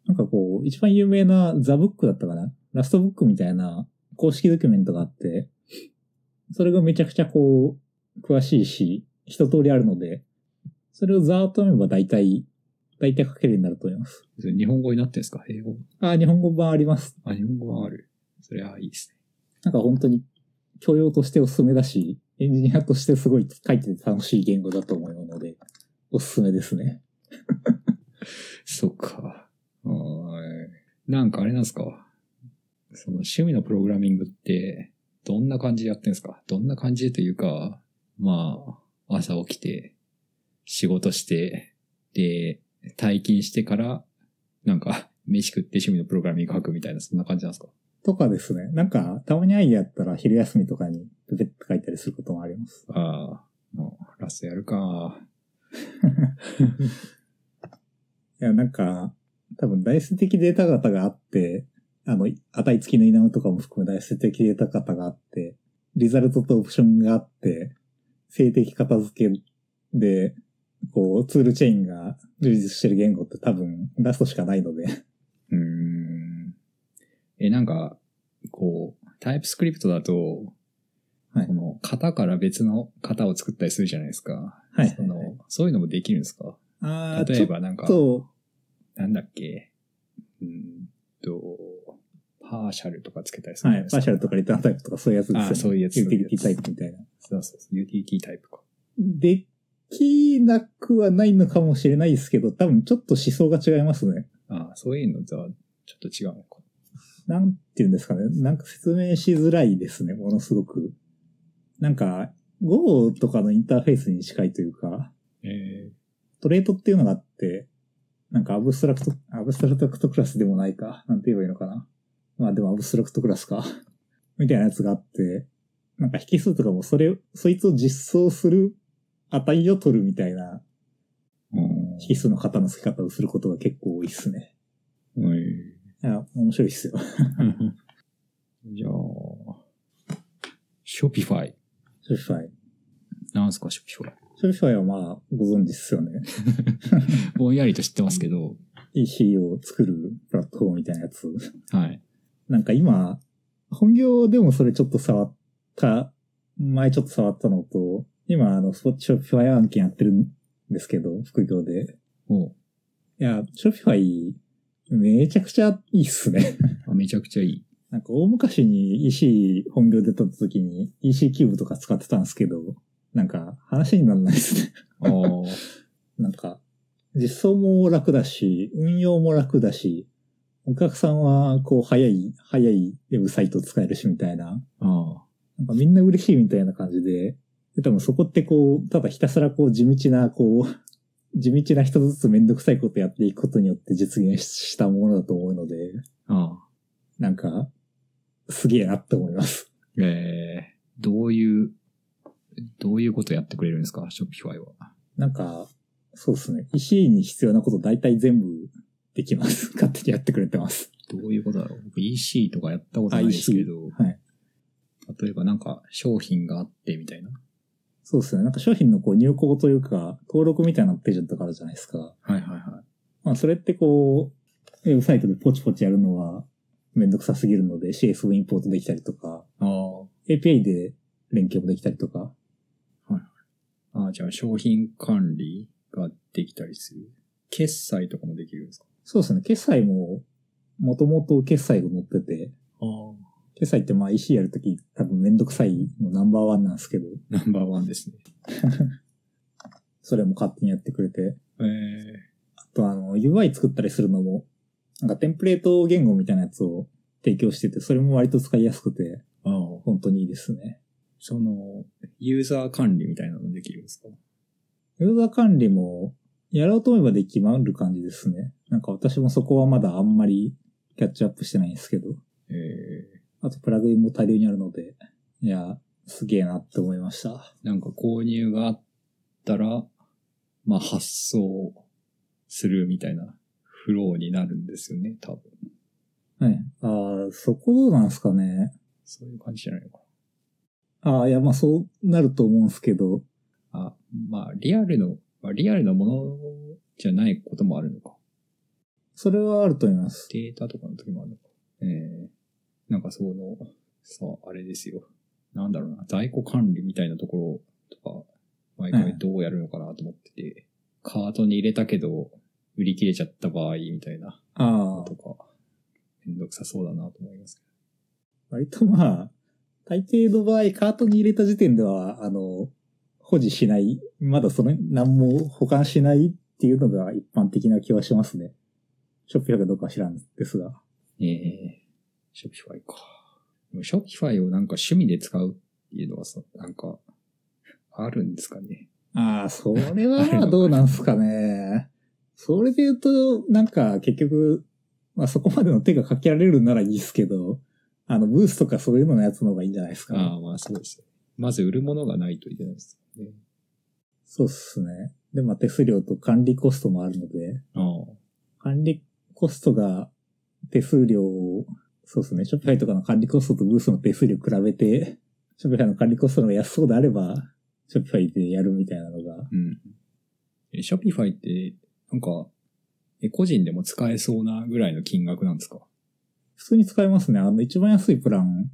なんかこう、一番有名なザブックだったかなラストブックみたいな公式ドキュメントがあって、それがめちゃくちゃこう、詳しいし、一通りあるので、それをざーっと見れば大体、大体書けるようになると思います。それ日本語になってるんですか英語あ、日本語版あります。あ、日本語はある。それはいいですね。なんか本当に教養としておすすめだし、エンジニアとしてすごい書いてて楽しい言語だと思うので、おすすめですね。そっか。はーい。なんかあれなんですかその趣味のプログラミングって、どんな感じでやってるんですかどんな感じでというか、まあ、朝起きて、仕事して、で、退勤してから、なんか、飯食って趣味のプログラミング書くみたいな、そんな感じなんですかとかですね。なんか、たまにアイディアあったら昼休みとかにペペって書いたりすることもあります。ああ、もう、ラストやるか。いや、なんか、多分ダイス的データ型があって、あの、値付きのイナムとかも含むダイス的データ型があって、リザルトとオプションがあって、性的片付けで、こう、ツールチェーンが充実してる言語って多分ラストしかないので、 うーん。え、なんか、こう、タイプスクリプトだと、はいこの型から別の型を作ったりするじゃないですか。はいそのそういうのもできるんですかああ、例えばなんかち、ょっなんだっけ、うーんと、パーシャルとかつけたりすと、るじはゃないいで、すか。パーシャルとかリターンタイプとかそういうやつですよね。あそういうやつユーティリティタイプみたいな。そうそうそう、UTT タイプか。できなくはないのかもしれないですけど、多分ちょっと思想が違いますね。ああ、そういうのとはちょっと違うのか。なんていうんですかね。なんか説明しづらいですね、ものすごく。なんか、Go とかのインターフェースに近いというか、えトレートっていうのがあって、なんかアブストラクト、アブストラクトクラスでもないか。なんて言えばいいのかな。まあでもアブストラクトクラスか。 みたいなやつがあって、なんか引数とかもそれ、そいつを実装する値を取るみたいなー、うん引数の型の付け方をすることが結構多いっすね。うんいや、面白いっすよ。じゃあ、ショピファイ。ショピファイ。なんすか、ショピファイ。ショピファイはまあ、ご存知っすよね。ぼんやりと知ってますけど、 EC を作るプラットフォームみたいなやつ。 はい。なんか今、本業でもそれちょっと触った、前ちょっと触ったのと、今、あの、スポッチショッピファイ案件やってるんですけど、副業で。おいや、ショッピファイ、めちゃくちゃいいっすね。 あめちゃくちゃいい。なんか大昔に EC 本業で撮った時に EC キューブとか使ってたんですけど、なんか話にならないですね。ああ、なんか、実装も楽だし、運用も楽だし、お客さんは、こう、早い、早いウェブサイトを使えるし、みたいな。 あなんかみんな嬉しいみたいな感じで、で多分そこってこう、ただひたすらこう、地道な、こう、 地道な一つずつめんどくさいことやっていくことによって実現ししたものだと思うので、あ、ああ。なんか、すげえなって思います。えー、どういう、どういうことやってくれるんですか、ショピファイは。なんか、そうですね。EC に必要なこと大体全部できます。勝手にやってくれてます。どういうことだろう。僕 EC とかやったことないですけど、はい。例えばなんか商品があってみたいな。そうですね。なんか商品のこう入稿というか、登録みたいなページとかあるじゃないですか。はいはいはまあ、それってこう、ウェブサイトでポチポチやるのはめんどくさすぎるので、CSV インポートできたりとか、い。 API で連携もできたりとか。ああ。ああ、じゃあ商品管理ができたりする。決済とかもできるんですかそうですね。決済も、もともと決済が載ってて、ああ。決済ってまあ EC やるとき多分めんどくさいのナンバーワンなんですけど、ナンバーワンですね。それも勝手にやってくれて、えーあとあの UI 作ったりするのも、なんかテンプレート言語みたいなやつを提供してて、それも割と使いやすくて、ああ、本当にいいですね。その、ユーザー管理みたいなのできるんですかユーザー管理もやろうと思えばできまる感じですね。なんか私もそこはまだあんまりキャッチアップしてないんですけど、えーあとプラグインも大量にあるので、いや、すげえなって思いました。なんか購入があったら、まあ発送するみたいなフローになるんですよね、多分。はい。ああ、そこどうなんすかね。そういう感じじゃないのかああ、いや、まあそうなると思うんすけど、な。あ、まあリアルの、まあリアルなものじゃないこともあるのか。それはあると思います。データとかの時もあるのか。えー、なんかその、さあ、あれですよ。なんだろうな、在庫管理みたいなところとか、毎回どうやるのかなと思ってて、カートに入れたけど、売り切れちゃった場合みたいなあのあと、か、めんどくさそうだなと思います割とまあ、大抵の場合、カートに入れた時点では、あの、保持しない、まだその、何も保管しないっていうのが一般的な気はしますね。ショッピファイかどうかは知らんですが。けど。えー、ショッピファイか。でもショッピファイをなんか趣味で使うっていうのはさ、なんか、あるんですかね。ああ、それはまあどうなんすかね。それで言うと、なんか結局、まあそこまでの手がかけられるならいいですけど、あの、ブースとかそういうののやつの方がいいんじゃないですか、ああ、まあそうですよ。まず売るものがないといけないですよね。そうっすね。で、まあ手数料と管理コストもあるので、ああ。管理コストが手数料を、そうですね、ショッピファイとかの管理コストとブースの手数料比べて、 ショッピファイの管理コストの方が安そうであれば、ショッピファイでやるみたいなのが、うん。え、ショピファイって、なんか、え、個人でも使えそうなぐらいの金額なんですか普通に使えますね。あの、一番安いプラン、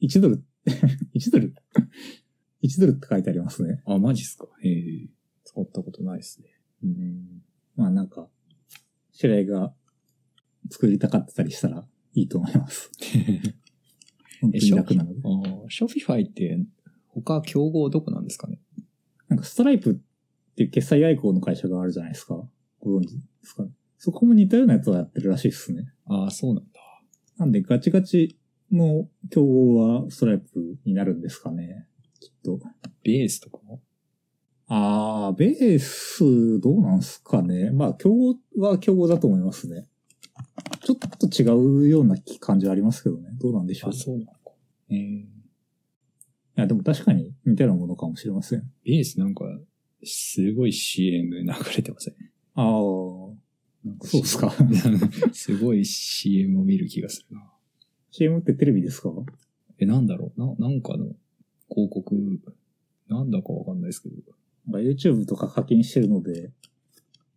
1ドル、1ドル ?1 ドルって書いてありますね。あ、マジっすかへえ。使ったことないですね。うん。まあなんか、知り合いが作りたかったりしたらいいと思います。本当に楽なので。ああ、ショピファイって、他競合どこなんですかねなんかストライプっていう決済代行の会社があるじゃないですか。ご存知ですかね。そこも似たようなやつをやってるらしいですね。ああ、そうなんだ。なんでガチガチの競合はストライプになるんですかね。きっと。ベースとかもあー、ベースどうなんすかね。まあ、競合は競合だと思いますね。ちょっと違うような気感じはありますけどね。どうなんでしょう。あ、いそうなのか。ええ。や、でも確かに似たようなものかもしれません。ベースなんか、すごい CM 流れてません。あー、なんかそうっすか。 すごい CM を見る気がするな。 CM ってテレビですかえ、なんだろうな、なんかの広告、なんだかわかんないですけど。まあ YouTube とか課金してるので、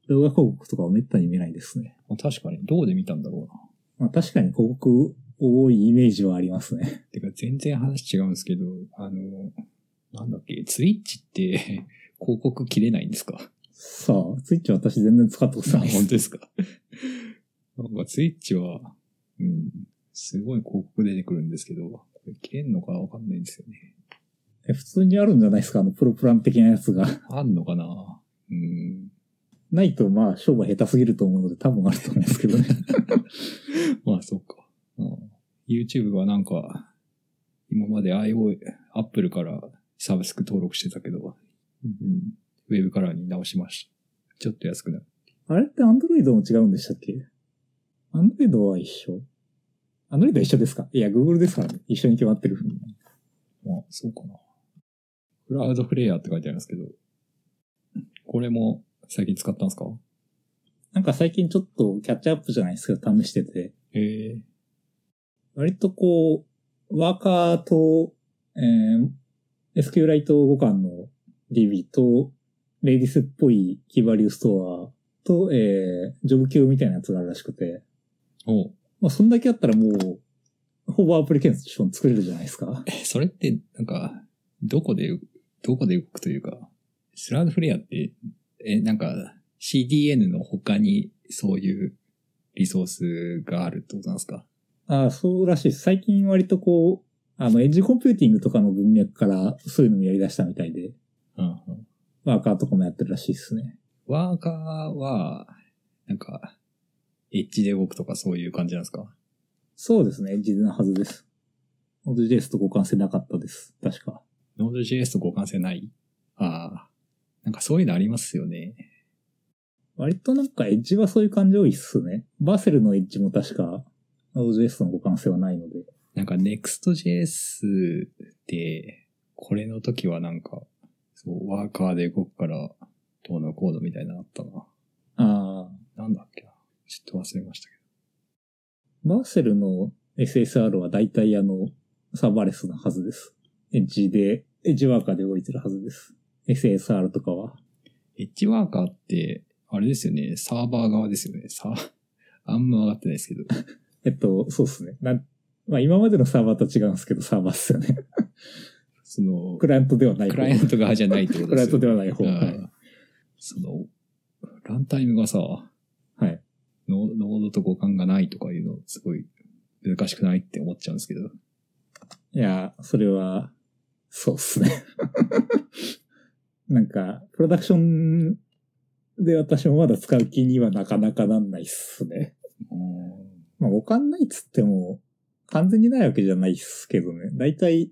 動画広告とかはめったに見ないですね。まあ、確かに、どうで見たんだろうまあ確かに広告多いイメージはありますね。 な。てか、全然話違うんですけど、あの、なんだっけ、ツイッチって 広告切れないんですかさあ、ツイッチ私全然使ったことあないで本す当。ですか なんかツイッチは、うん、すごい広告出てくるんですけど、これ切れんのかわかんないんですよね。え普通にあるんじゃないですかあの、プロプラン的なやつが。 あんのかなうん。ないと、まあ、商売下手すぎると思うので、多分あると思うんですけどね。 まあ、そうか。うん、YouTube はなんか、今まで iOS、Apple からサブスク登録してたけど、うん、ウェブカラーに直しました。ちょっと安くなる。あれって Android も違うんでしたっけ ?Android は一緒 ?Android は一緒ですかいや、Google ですからね。一緒に決まってる。まあ、そうかな。クラウドフレアって書いてありますけど、これも最近使ったんですかなんか最近ちょっとキャッチアップじゃないですけど、試してて、へえ割とこう、ワーカーと、えー、SQLite 互換の DB と、レイディスっぽいキーバリューストアと、えー、ジョブ級みたいなやつがあるらしくて、おうまあ、そんだけあったらもう、ほぼアプリケーション作れるじゃないですか。えそれって、なんか、どこで、どこで動くというか、クラウドフレアって、え、なんか、CDN の他にそういうリソースがあるってことなんですかああ、そうらしいです。最近割とこう、あの、エッジコンピューティングとかの文脈からそういうのもやり出したみたいで、うんうん。ワーカーとかもやってるらしいですね。ワーカーは、なんか、エッジで動くとかそういう感じなんですかそうですね、エッジなはずです。ノード JS と互換性なかったです。確か。ノード JS と互換性ないああ。なんかそういうのありますよね。割となんかエッジはそういう感じ多いっすね。バーセルのエッジも確か、ノード JS の互換性はないので。なんか Next.js で、これの時はなんか、そう、ワーカーで動くから、どうのコードみたいなのあったな。ああ、なんだっけな。ちょっと忘れましたけバーセルの SSR は大体あの、サーバーレスなはずです。エッジで、エッジワーカーで動いてるはずです。SSR とかは。ど。エッジワーカーって、あれですよね。サーバー側ですよね。さ、 あんま上がってないですけど。えっと、そうですね。なんまあ今までのサーバーとは違うんですけど、サーバーっすよね。その、クライアントではない方。クライアント側じゃないってことクライでアすントよでね。はない方。はいうんその、ランタイムがさ、はい。ノノードと互換がないとかいうの、すごい難しくないって思っちゃうんですけど。いや、それは、そうっすね。 なんか、プロダクションで私もまだ使う気にはなかなかなんないっすね。まあ、互換ないっつっても、完全にないわけじゃないっすけどね。大体、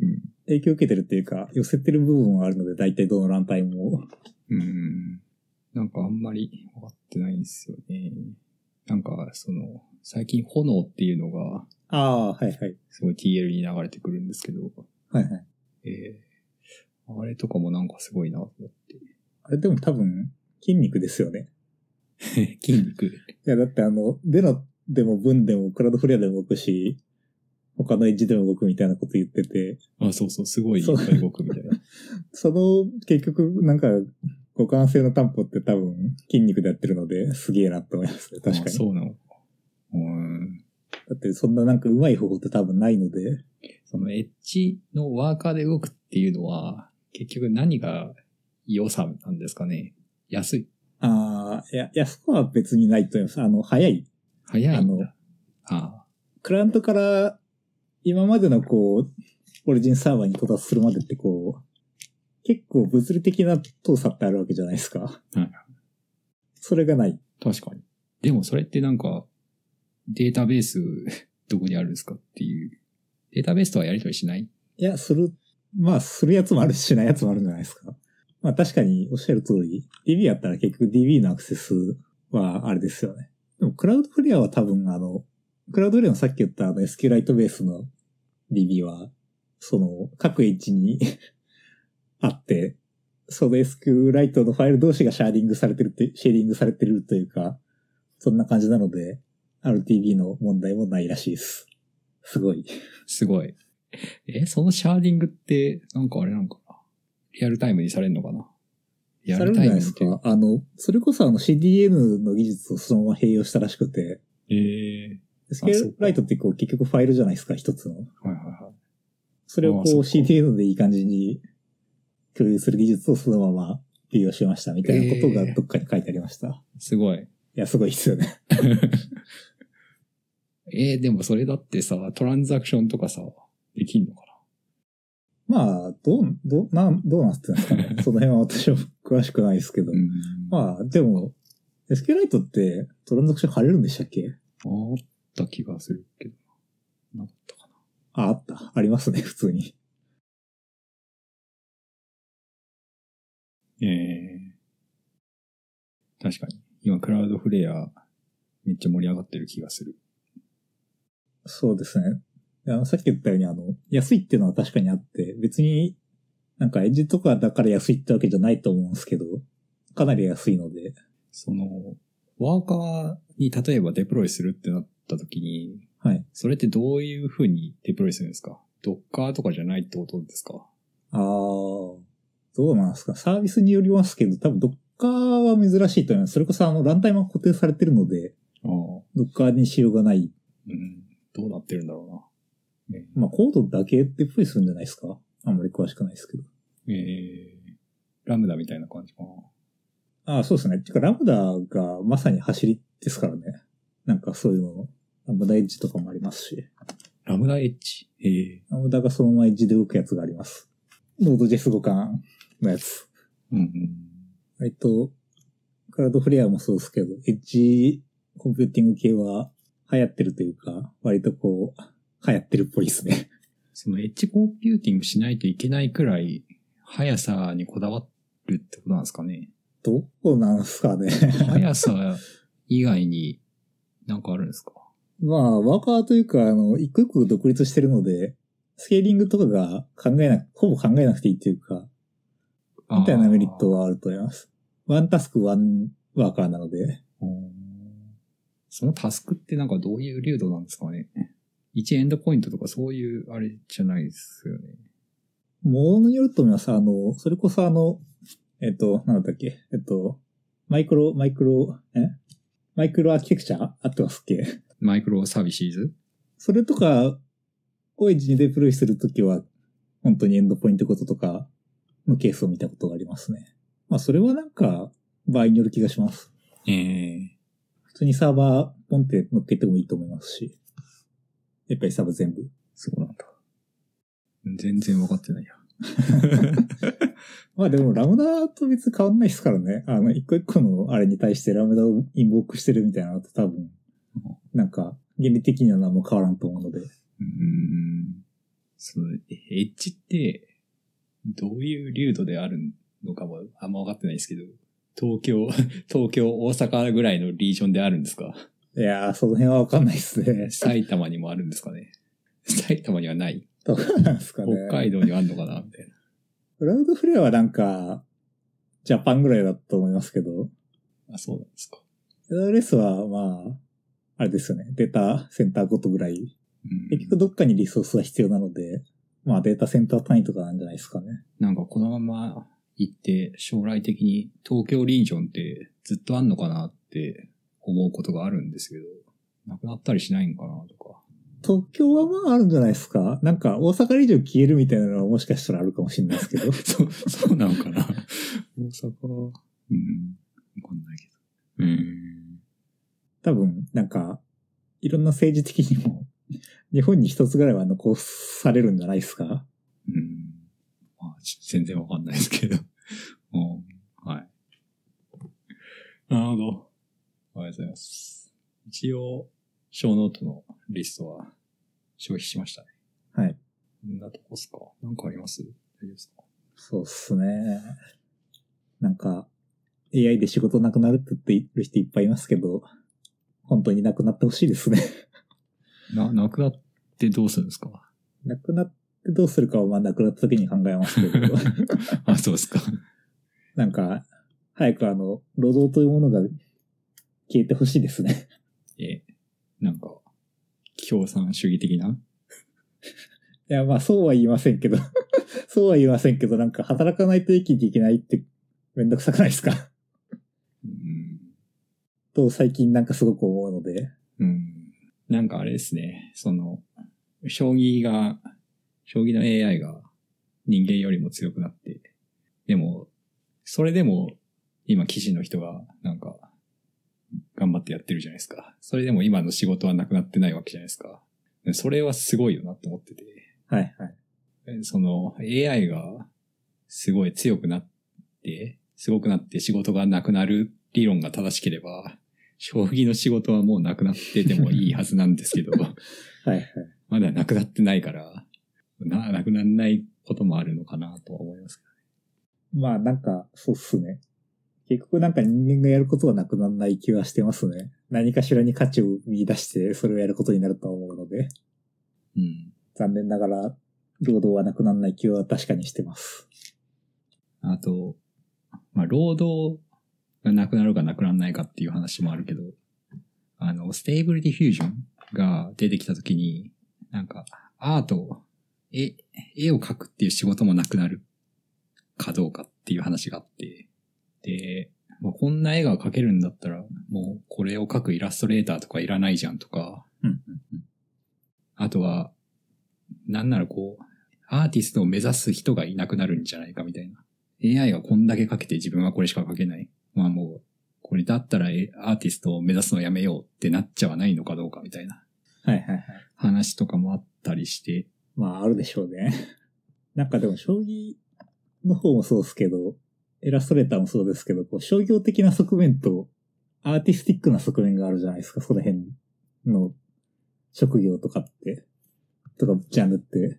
うん。影響受けてるっていうか、寄せてる部分はあるので、大体どのランタイムも。うん。なんかあんまり分かってないんですよね。なんか、その、最近炎っていうのが、ああ、はいはい。すごい TL に流れてくるんですけど、はいはい。えー、あれとかもなんかすごいなと思って。あれでも多分、筋肉ですよね。 筋肉。いや、だってあの、デノでも文でもクラウドフレアでも動くし、他のエッジでも動くみたいなこと言ってて、あ、そうそう、すごいいっそうぱい動くみたいな。その、結局、なんか、互換性の担保って多分、筋肉でやってるので、すげえなって思いますね。確かあに。 そうなのか。うん。だって、そんななんか上手い方法って多分ないので、そのエッジのワーカーで動くっていうのは、結局何が良さなんですかね。安い。ああ、いや、いや、そこは別にないと思います。あの、早い。早いんあのだ。あクライアントから、今までのこう、オリジンサーバーに到達するまでってこう、結構物理的な動作ってあるわけじゃないですか。いはいそれがない。あ、確かに。でもそれってなんか、データベース どこにあるんですかっていう。データベースとはやりとりしないいや、する、まあ、するやつもあるし、しないやつもあるんじゃないですか。まあ、確かにおっしゃる通り、DB やったら結局 DB のアクセスはあれですよね。でも、クラウドフレアは多分あの、クラウドフレアのさっき言ったあの SQLite ベースの DB は、その、各エッジに あって、その SQLite のファイル同士がシャーディングされてるって、シェーディングされてるというか、そんな感じなので、RTB の問題もないらしいです。すごい。すごい。え、そのシャーディングって、なんかあれなんかなリアルタイムにされるのかなリアされるルんじタゃイムないでっすていう。か。あの、それこそあの CDN の技術をそのまま併用したらしくて、ええ SQLite ってこう結局ファイルじゃないですか、一つの。はいはいはい。それをこああそうっか CDN でいい感じに共有する技術をそのまま利用しましたみたいなことええがどっかに書いてありました。いすごい。や、すごいですよね。 えー、でもそれだってさ、トランザクションとかさ、できんのかまあ、どう、どう、なん、どうなってんですか ね。その辺は私は詳しくないですけどな。。ん。あ、まあ、でも、SQLite ってトランザクション貼れるんでしたっけあった気がするけどな。なかったかな。あ、あった。ありますね、普通に。ええ確かに。今、クラウドフレア、めっちゃ盛り上がってる気がする。そうですね。あの、さっき言ったように、あの、安いっていうのは確かにあって、別に、なんかエッジとかだから安いってわけじゃないと思うんですけど、かなり安いので、その、ワーカーに例えばデプロイするってなった時に、はい。それってどういう風にデプロイするんですか ?Docker とかじゃないってことですかああ、どうなんですか。サービスによりますけど、多分ドッカーは珍しいと思います。それこそあの、ランタイムは固定されてるので、ああ、ドッカーにしようがない。うん。どうなってるんだろうな。ねまあ、コードだけデプロイするんじゃないですか。あんまり詳しくないですけど。ええラムダみたいな感じかな。ああ、そうですね。てか、ラムダがまさに走りですからね。なんかそういうのの。ラムダエッジとかもありますし、ラムダエッジ。ええラムダがそのままエッジで動くやつがあります。ノード JS 互換のやつ。うんうん。割と、クラウドフレアもそうですけど、エッジコンピューティング系は流行ってるというか、割とこう、流行ってるっぽいですね。 そのエッジコンピューティングしないといけないくらい、速さにこだわるってことなんですか ね。どうなんすかね。 速さ以外になんかあるんですかまあ、ワーカーというか、あの、一個一個独立してるので、スケーリングとかが考えなく、ほぼ考えなくていいっていうか、みたいなメリットは。はあると思います。ワンタスクワンワーカーなので、おーそのタスクってなんかどういう流度なんですかね。1エンドポイントとかそういうあれじゃないですよね。ものによると思います。あの、それこそあの、えっと、なんだったっけえっと、マイクロ、マイクロ、えマイクロアーキテクチャ合ってますっけマイクロサービシーズそれとか、をエッジにデプロイするときは、本当にエンドポイントこととかのケースを見たことがありますね。まあ、それはなんか、場合による気がします。ええ普通にサーバー、ポンって乗っけてもいいと思いますし。やっぱりサーバー全部。そうなんだ。全然わかってないや。まあでも、ラムダと別に変わんないですからね。あの、一個一個のあれに対してラムダをインボックしてるみたいなのって多分、なんか、原理的には何も変わらんと思うので。うーん。その、えエッジって、どういう流度であるのかもあんま分かってないですけど、東京、 東京、大阪ぐらいのリージョンであるんですかいやー、その辺はわかんないですね。 埼玉にもあるんですかね埼玉にはないどうなんですかね。北海道にはあるのかなみたいな。クラウドフレアはなんか、ジャパンぐらいだと思いますけど、あ、そうなんですか。 AWS はまあ、あれですよね。データセンターごとぐらい。うん結局どっかにリソースは必要なので、まあデータセンター単位とかなんじゃないですかね。なんかこのまま行って、将来的に東京リージョンってずっとあんのかなって思うことがあるんですけど、なくなったりしないんかなとか。東京はまああるんじゃないですか。なんか大阪以上消えるみたいなのはもしかしたらあるかもしれないですけど。 そう、そうなのかな大阪うん。わかんないけど。うん。多分、なんか、いろんな政治的にも、日本に一つぐらいは残されるんじゃないですか。うん。まあ、ち全然わかんないですけど。 うん。はい。なるほど。ありがとうございます。一応、小ノートのリストは消費しましたね。はい。こんなとこっすかなんかあります大丈夫ですかそうっすね。なんか、AI で仕事なくなるって言ってる人いっぱいいますけど、本当になくなってほしいですね。 な、なくなってどうするんですか なくなってどうするかは、まあ、なくなった時に考えますけど、あ、そうですか。 なんか、早くあの、労働というものが消えてほしいですね。え、なんか、共産主義的ないや、まあ、そうは言いませんけど、 そうは言いませんけど、なんか、働かないと生きていけないって、めんどくさくないですか うん。と、最近なんかすごく思うので、うん。なんかあれですね、その、将棋が、将棋の AI が人間よりも強くなって、でも、それでも、今、棋士の人が、なんか、頑張ってやってるじゃないですか。それでも今の仕事はなくなってないわけじゃないですか。それはすごいよなと思ってて。はい、はい。その AI がすごい強くなって、すごくなって仕事がなくなる理論が正しければ、将棋の仕事はもうなくなっててもいいはずなんですけど、 はい、はい。まだなくなってないから、な、なくならないこともあるのかなとは思いますけまあ、なんか、そうっすね。結局なんか人間がやることはなくならない気はしてますね。何かしらに価値を見出して、それをやることになるとは思うので、ど。うん。残念ながら、労働はなくならない気は確かにしてます。あと、まあ、労働がなくなるかなくならないかっていう話もあるけど、あの、ステーブルディフュージョンが出てきたときに、なんか、アート、絵、絵を描くっていう仕事もなくなるかどうかっていう話があって、で、まあ、こんな絵が描けるんだったら、もうこれを描くイラストレーターとかいらないじゃんとか、うんあとは、なんならこう、アーティストを目指す人がいなくなるんじゃないかみたいな。AI がこんだけ書けて自分はこれしか書けない。まあもう、これだったらえアーティストを目指すのやめようってなっちゃわないのかどうかみたいな。はいはいはい。話とかもあったりして、 まあ、あるでしょうね。 なんかでも、将棋の方もそうですけど、イラストレーターもそうですけど、こう商業的な側面とアーティスティックな側面があるじゃないですか、その辺の職業とかって、とかジャンルって。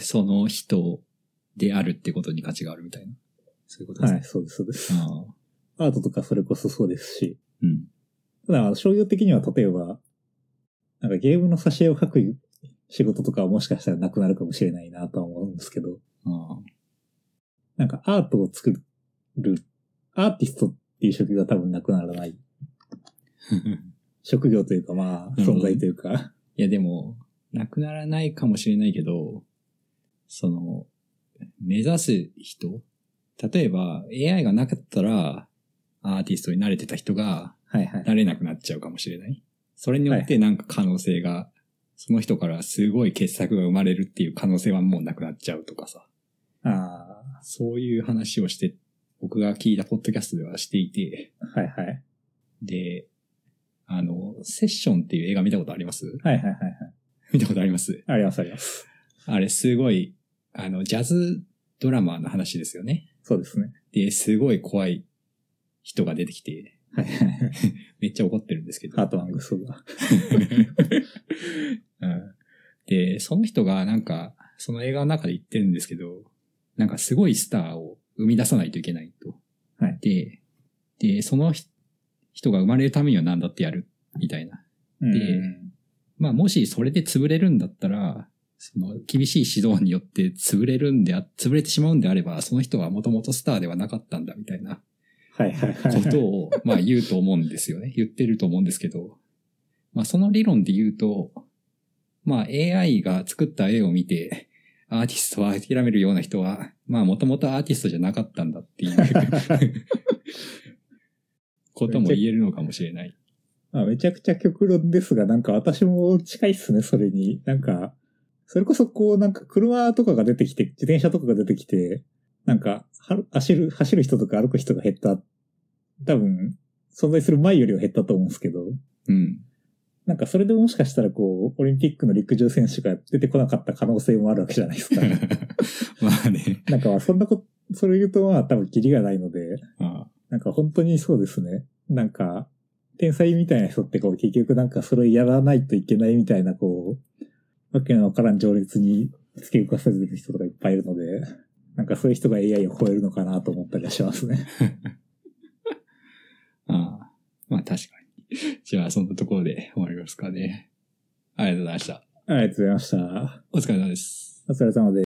その人であるってことに価値があるみたいな。そういうことですはねい、。そうです、そうです。ああ。アートとかそれこそそうですし、うん。ただ、商業的には例えば、なんかゲームの挿絵を描く仕事とかはもしかしたらなくなるかもしれないなとは思うんですけど、ああ。なんかアートを作る、アーティストっていう職業は多分なくならない。 職業というかまあ、なるほど存在というか。いやでも、なくならないかもしれないけど、その、目指す人例えば AI がなかったら、アーティストに慣れてた人が、はいはい。なれなくなっちゃうかもしれない。それによってなんか可能性が、その人からすごい傑作が生まれるっていう可能性はもうなくなっちゃうとかさ。あそういう話をして、僕が聞いたポッドキャストではしていて、あ、はいはい。で、あの、セッションっていう映画見たことあります はいはいはいはい。見たことありますありますあります。あれすごい、あの、ジャズドラマーの話ですよね。そうですね。で、すごい怖い人が出てきて、はいはいはい。 めっちゃ怒ってるんですけど。ハートマングスが。うんで、その人がなんか、その映画の中で言ってるんですけど、なんかすごいスターを生み出さないといけないと。はいで、で、そのひ人が生まれるためには何だってやる、みたいな。うん。まあもしそれで潰れるんだったら、その厳しい指導によって潰れるんであ、潰れてしまうんであれば、その人はもともとスターではなかったんだみたいなはいはいはこい。とを、まあ言うと思うんですよね。言ってると思うんですけど、まあその理論で言うと、まあ AI が作った絵を見て、アーティストは諦めるような人は、まあもともとアーティストじゃなかったんだっていう ことも言えるのかもしれない。まあ、めちゃくちゃ極論ですが、なんか私も近いっすね、それに。なんか、それこそこう、なんか車とかが出てきて、自転車とかが出てきて、なんか、はる走る、走る人とか歩く人が減った。多分、存在する前よりは減ったと思うんですけど、うん。なんかそれでもしかしたらこう、オリンピックの陸上選手が出てこなかった可能性もあるわけじゃないですか。まあね。なんかまあそんなこと、それ言うとまあ多分キリがないので、ああなんか本当にそうですね。なんか、天才みたいな人ってこう結局なんかそれをやらないといけないみたいなこう、わけのわからん情熱に突き浮かされてる人とかいっぱいいるので、なんかそういう人が AI を超えるのかなと思ったりはしますね。 ああ、まあ確かに。じゃあそんなところで終わりますかね。ありがとうございました。ありがとうございました。お疲れ様です。お疲れ様です。